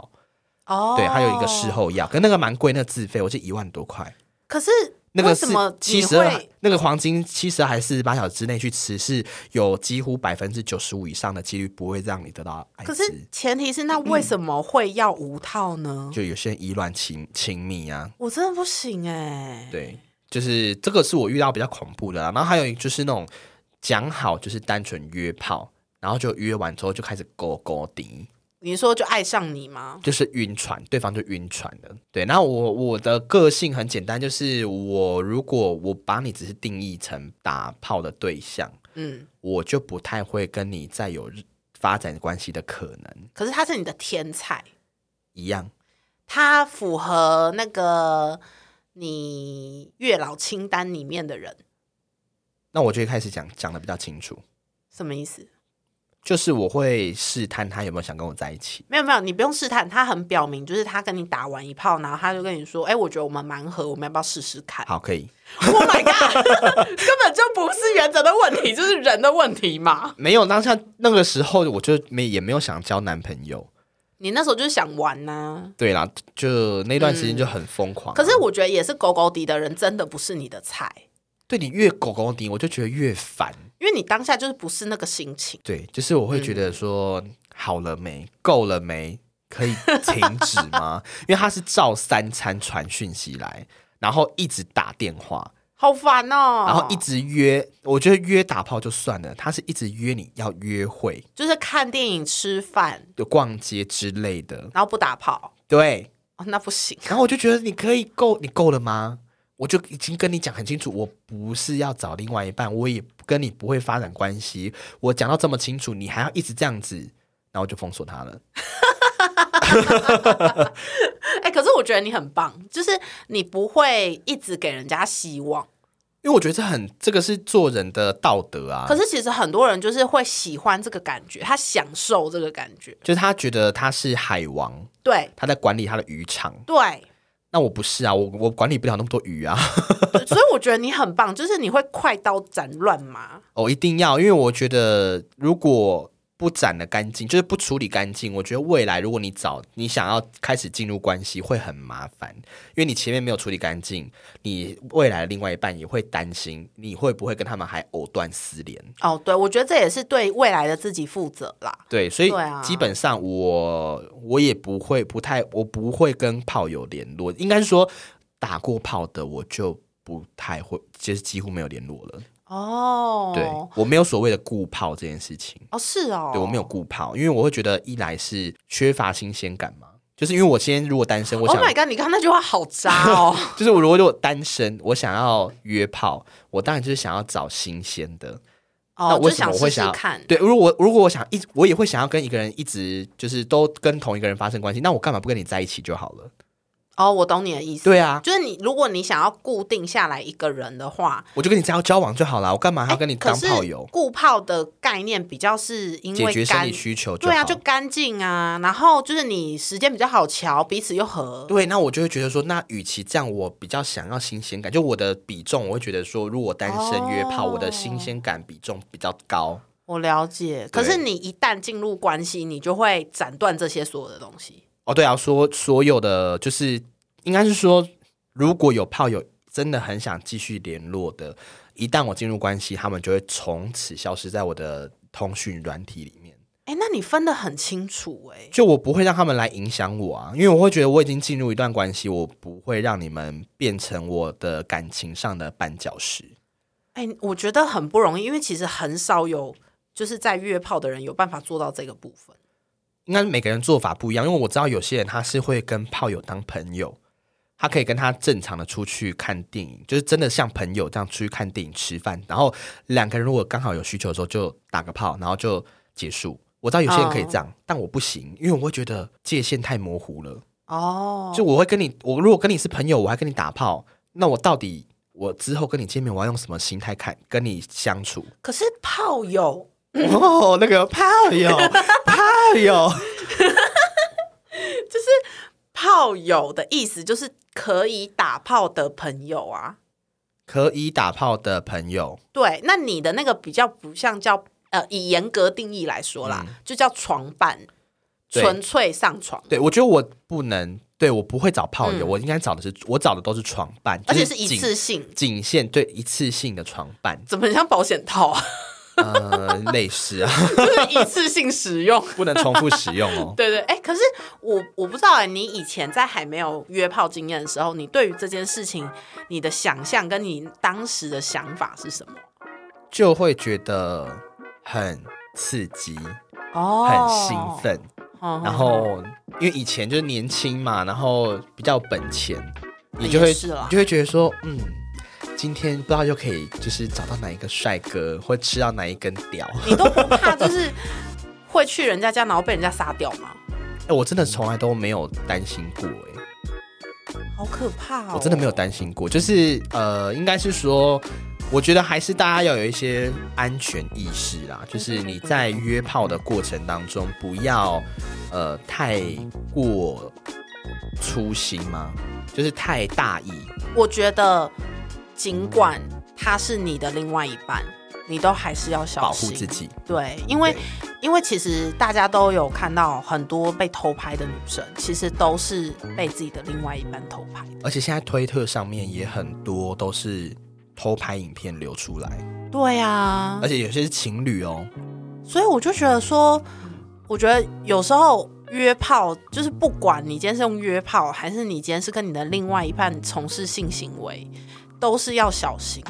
Speaker 3: 哦。
Speaker 1: 对，还有一个事。后药，可那个蛮贵，那个自费我是一万多块。
Speaker 3: 可是
Speaker 1: 那个
Speaker 3: 为
Speaker 1: 是
Speaker 3: 什么
Speaker 1: 七
Speaker 3: 你
Speaker 1: 十二
Speaker 3: 会？，
Speaker 1: 那个黄金七十二还是四十八小时之内去吃，是有几乎百分之九十五以上的几率不会让你得到艾
Speaker 3: 可
Speaker 1: 滋。
Speaker 3: 是前提是，那为什么会要无套呢？
Speaker 1: 就有些人以卵情情迷啊，
Speaker 3: 我真的不行哎、
Speaker 1: 对，就是这个是我遇到比较恐怖的啦。然后还有就是那种讲好就是单纯约炮，然后就约完之后就开始勾勾滴，
Speaker 3: 你说就爱上你吗？
Speaker 1: 就是晕船，对方就晕船了。对，然后我我的个性很简单，就是我如果我把你只是定义成打炮的对象，
Speaker 3: 嗯，
Speaker 1: 我就不太会跟你再有发展关系的可能。
Speaker 3: 可是他是你的天才，
Speaker 1: 一样，
Speaker 3: 他符合那个你月老清单里面的人，
Speaker 1: 那我就会开始讲讲的比较清楚，
Speaker 3: 什么意思？
Speaker 1: 就是我会试探他有没有想跟我在一起。
Speaker 3: 没有没有，你不用试探，他很表明，就是他跟你打完一炮，然后他就跟你 说：“哎、我觉得我们蛮合，我们要不要试试看
Speaker 1: 好，可以。
Speaker 3: ？”Oh my god，根 本就不是原则的问题，就是人的问题嘛。
Speaker 1: 没有，当下那个时候我就没也没有想交男朋友。
Speaker 3: 你那时候就是想玩呐、
Speaker 1: 对啦，就那段时间就很疯狂啊、
Speaker 3: 嗯可是我觉得也是狗狗敌的人，真的不是你的菜，
Speaker 1: 对你越狗狗你，我就觉得越烦。
Speaker 3: 因为你当下就是不是那个心情。
Speaker 1: 对，就是我会觉
Speaker 3: 嗯
Speaker 1: 得说，好了没，够了没，可以停止吗？ 因为他是照三餐传讯息来，然后一直打电话，
Speaker 3: 好烦哦！
Speaker 1: 然后一直约。我觉得约打炮就算了，他是一直约你要约会、
Speaker 3: 就是看电影、吃饭，
Speaker 1: 有逛街之类的。
Speaker 3: 然后不打炮，
Speaker 1: 对，
Speaker 3: 哦，那不行。
Speaker 1: 然后我就觉得你可以够，你够了吗？我就已经跟你讲很清楚，我不是要找另外一半，我也跟你不会发展关系。我讲到这么清楚，你还要一直这样子，然后我就封锁他了。
Speaker 3: 哎、可是我觉得你很棒，就是你不会一直给人家希望。
Speaker 1: 因为我觉得这很，这个是做人的道德啊。
Speaker 3: 可是其实很多人就是会喜欢这个感觉，他享受这个感觉。
Speaker 1: 就是他觉得他是海王，
Speaker 3: 对
Speaker 1: 他在管理他的渔场。
Speaker 3: 对，
Speaker 1: 那我不是啊，我我管理不了那么多鱼啊。
Speaker 3: 对所以我觉得你很棒，就是你会快刀斩乱麻。
Speaker 1: 哦，一定要，因为我觉得如果不斩的干净，就是不处理干净，我觉得未来如果你找你想要开始进入关系会很麻烦，因为你前面没有处理干净，你未来的另外一半也会担心你会不会跟他们还藕断丝连。
Speaker 3: 哦，对，我觉得这也是对未来的自己负责啦。
Speaker 1: 对，所以
Speaker 3: 对啊
Speaker 1: 基本上我我也不会不太我不会跟炮友联络，应该是说打过炮的我就不太会，就是几乎没有联络了。
Speaker 3: 哦，
Speaker 1: 对我没有所谓的顾炮这件事情。
Speaker 3: 哦，是哦，
Speaker 1: 对我没有。顾泡，因为我会觉得一来是缺乏新鲜感嘛，就是因为我今天如果单身，我
Speaker 3: Oh
Speaker 1: 想、
Speaker 3: my god！你刚刚那句话好渣哦。
Speaker 1: 就是我如果我单身，我想要约炮，我当然就是想要找新鲜的。那
Speaker 3: 哦，就
Speaker 1: 为什么
Speaker 3: 想
Speaker 1: 我会
Speaker 3: 试试
Speaker 1: 想要
Speaker 3: 看。
Speaker 1: 对，如果我如果我想一直，我也会想要跟一个人一直就是都跟同一个人发生关系，那我干嘛不跟你在一起就好了？
Speaker 3: 哦，我懂你的意思。
Speaker 1: 对啊，
Speaker 3: 就是你，如果你想要固定下来一个人的话，
Speaker 1: 我就跟你交交往就好了，我干嘛还要
Speaker 3: 哎
Speaker 1: 跟你
Speaker 3: 可
Speaker 1: 当
Speaker 3: 是
Speaker 1: 炮友？
Speaker 3: 固泡的概念比较是因
Speaker 1: 解
Speaker 3: 为
Speaker 1: 决生
Speaker 3: 干
Speaker 1: 理需求就好
Speaker 3: 对啊，就干净啊，然后就是你时间比较好瞧，彼此又合。
Speaker 1: 对，那我就会觉得说，那与其这样，我比较想要新鲜感，就我的比重，我会觉得说，如果单身约炮，我的新鲜感比重比较高。
Speaker 3: 我了解。可是你一旦进入关系，你就会斩断这些所有的东西。
Speaker 1: 哦，对啊，说所有的就是应该是说，如果有炮友真的很想继续联络的，一旦我进入关系，他们就会从此消失在我的通讯软体里面。
Speaker 3: 哎，那你分得很清楚哎、
Speaker 1: 就我不会让他们来影响我啊，因为我会觉得我已经进入一段关系，我不会让你们变成我的感情上的绊脚石。
Speaker 3: 哎、我觉得很不容易，因为其实很少有就是在约炮的人有办法做到这个部分。
Speaker 1: 应该是每个人做法不一样，因为我知道有些人他是会跟炮友当朋友，他可以跟他正常的出去看电影，就是真的像朋友这样出去看电影、吃饭，然后两个人如果刚好有需求的时候就打个炮，然后就结束。我知道有些人可以这样，但我不行，因为我会觉得界限太模糊了。
Speaker 3: 哦，
Speaker 1: 就我会跟你，我如果跟你是朋友，我还跟你打炮，那我到底我之后跟你见面，我要用什么心态看跟你相处？
Speaker 3: 可是炮友
Speaker 1: 哦，那个炮 友，炮友，
Speaker 3: 炮友的意思就是可以打炮的朋友啊。
Speaker 1: 可以打炮的朋友，
Speaker 3: 对，那你的那个比较不像叫呃，以严格定义来说啦，就叫床伴，
Speaker 1: 嗯对
Speaker 3: 纯粹上床，
Speaker 1: 对我觉得我不能，对我不会找炮友，我应该找的是我找的都是床伴，
Speaker 3: 嗯而且
Speaker 1: 就是
Speaker 3: 一
Speaker 1: 仅
Speaker 3: 次性，，
Speaker 1: 仅限对一次性的床伴
Speaker 3: 怎么很像保险套啊？
Speaker 1: 呃，类似啊，
Speaker 3: 就是一次性使用。
Speaker 1: 不能重复使用 哦。
Speaker 3: 对对，哎、可是我我不知道哎、你以前在还没有约炮经验的时候，你对于这件事情，你的想象跟你当时的想法是什么？
Speaker 1: 就会觉得很刺激，
Speaker 3: 哦
Speaker 1: 很兴，奋。
Speaker 3: 哦
Speaker 1: 然后因为以前就是年轻嘛，然后比较有本钱，你
Speaker 3: 啊也
Speaker 1: 就会你
Speaker 3: 是啦
Speaker 1: 就会觉得说，嗯，今天不知道又可以就是找到哪一个帅哥，或吃到哪一根屌。
Speaker 3: 你都不怕就是会去人家家，然后被人家杀掉吗？
Speaker 1: 哎、我真的从来都没有担心过、哎，
Speaker 3: 好可怕哦！
Speaker 1: 我真的没有担心过，就是呃，应该是说。我觉得还是大家要有一些安全意识啦，就是你在约炮的过程当中，不要呃太过粗心嘛，就是太大意。
Speaker 3: 我觉得，尽管他是你的另外一半，你都还是要小
Speaker 1: 保护
Speaker 3: 心
Speaker 1: 自。己。
Speaker 3: 对，因为
Speaker 1: 对
Speaker 3: 因为其实大家都有看到很多被偷拍的女生，其实都是被自己的另外一半偷拍的。
Speaker 1: 而且现在推特上面也很多都是偷拍影片流出来，
Speaker 3: 对啊
Speaker 1: 而，且有些是情侣哦。
Speaker 3: 所以我就觉得说，我觉得有时候约炮就是不管你今天是用约炮，还是你今天是跟你的另外一半从事性行为，都是要小心。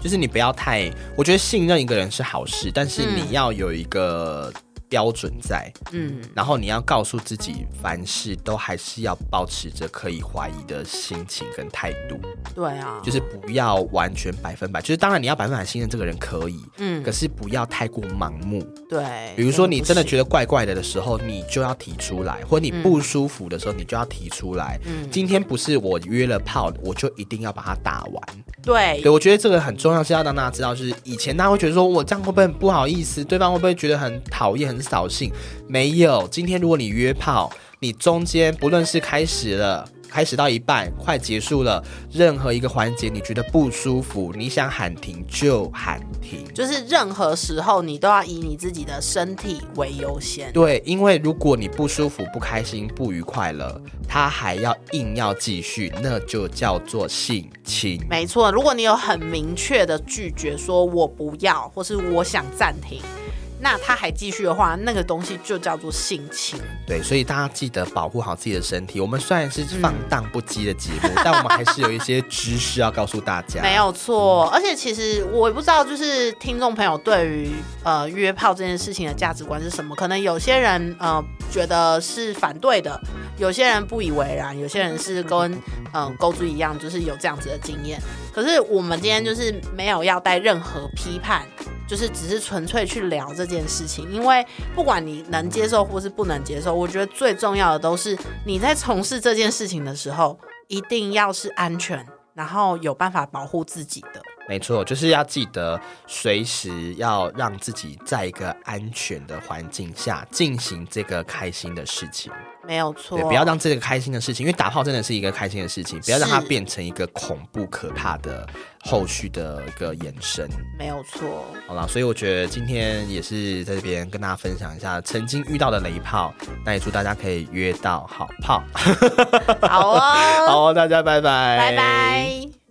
Speaker 1: 就是你不要太，我觉得信任一个人是好事，但是你要有一个标准在，
Speaker 3: 嗯，
Speaker 1: 然后你要告诉自己，凡事都还是要保持着可以怀疑的心情跟态度，
Speaker 3: 对啊，
Speaker 1: 就是不要完全百分百。就是当然你要百分百信任这个人可以，
Speaker 3: 嗯
Speaker 1: 可，是不要太过盲目。
Speaker 3: 对。
Speaker 1: 比如说你真的
Speaker 3: 不行
Speaker 1: 觉得怪怪的的时候，你就要提出来；或你不舒服的时候，你就要提出来。今天不是我约了炮，我就一定要把它打完。
Speaker 3: 对
Speaker 1: 对，我觉得这个很重要，是要让大家知道，就是以前大家会觉得说我这样会不会很不好意思，对方会不会觉得很讨厌、很扫兴？没有，今天如果你约炮，你中间不论是开始了。开始到一半，快结束了，任何一个环节你觉得不舒服，你想喊停就喊停。
Speaker 3: 就是任何时候你都要以你自己的身体为优先。
Speaker 1: 对，因为如果你不舒服、不开心、不愉快了，他还要硬要继续，那就叫做性侵。
Speaker 3: 没错，如果你有很明确的拒绝，说我不要，或是我想暂停，那他还继续的话，那个东西就叫做性侵。
Speaker 1: 对，所以大家记得保护好自己的身体。我们虽然是
Speaker 3: 嗯
Speaker 1: 放荡不羁的节目，但我们还是有一些知识要告诉大家。
Speaker 3: 没，有错，而且其实我也不知道，就是听众朋友对于呃约炮这件事情的价值观是什么。可能有些人呃觉得是反对的，有些人不以为然，有些人是跟嗯钩子一样，就是有这样子的经验。可是我们今天就是没有要带任何批判，就是只是纯粹去聊这件事情。因为不管你能接受或是不能接受，我觉得最重要的都是你在从事这件事情的时候，一定要是安全，然后有办法保护自己的。
Speaker 1: 没错，就是要记得随时要让自己在一个安全的环境下进行这个开心的事情。
Speaker 3: 没有错，
Speaker 1: 对，不要让这个开心的事情，因为打炮真的是一个开心的事情，不要让它
Speaker 3: 是
Speaker 1: 变成一个恐怖可怕的后续的一个延伸。
Speaker 3: 没有错，
Speaker 1: 好啦，所以我觉得今天也是在这边跟大家分享一下曾经遇到的雷炮，那也祝大家可以约到好炮。
Speaker 3: 好 哦，
Speaker 1: 好，大家拜拜，
Speaker 3: 拜拜。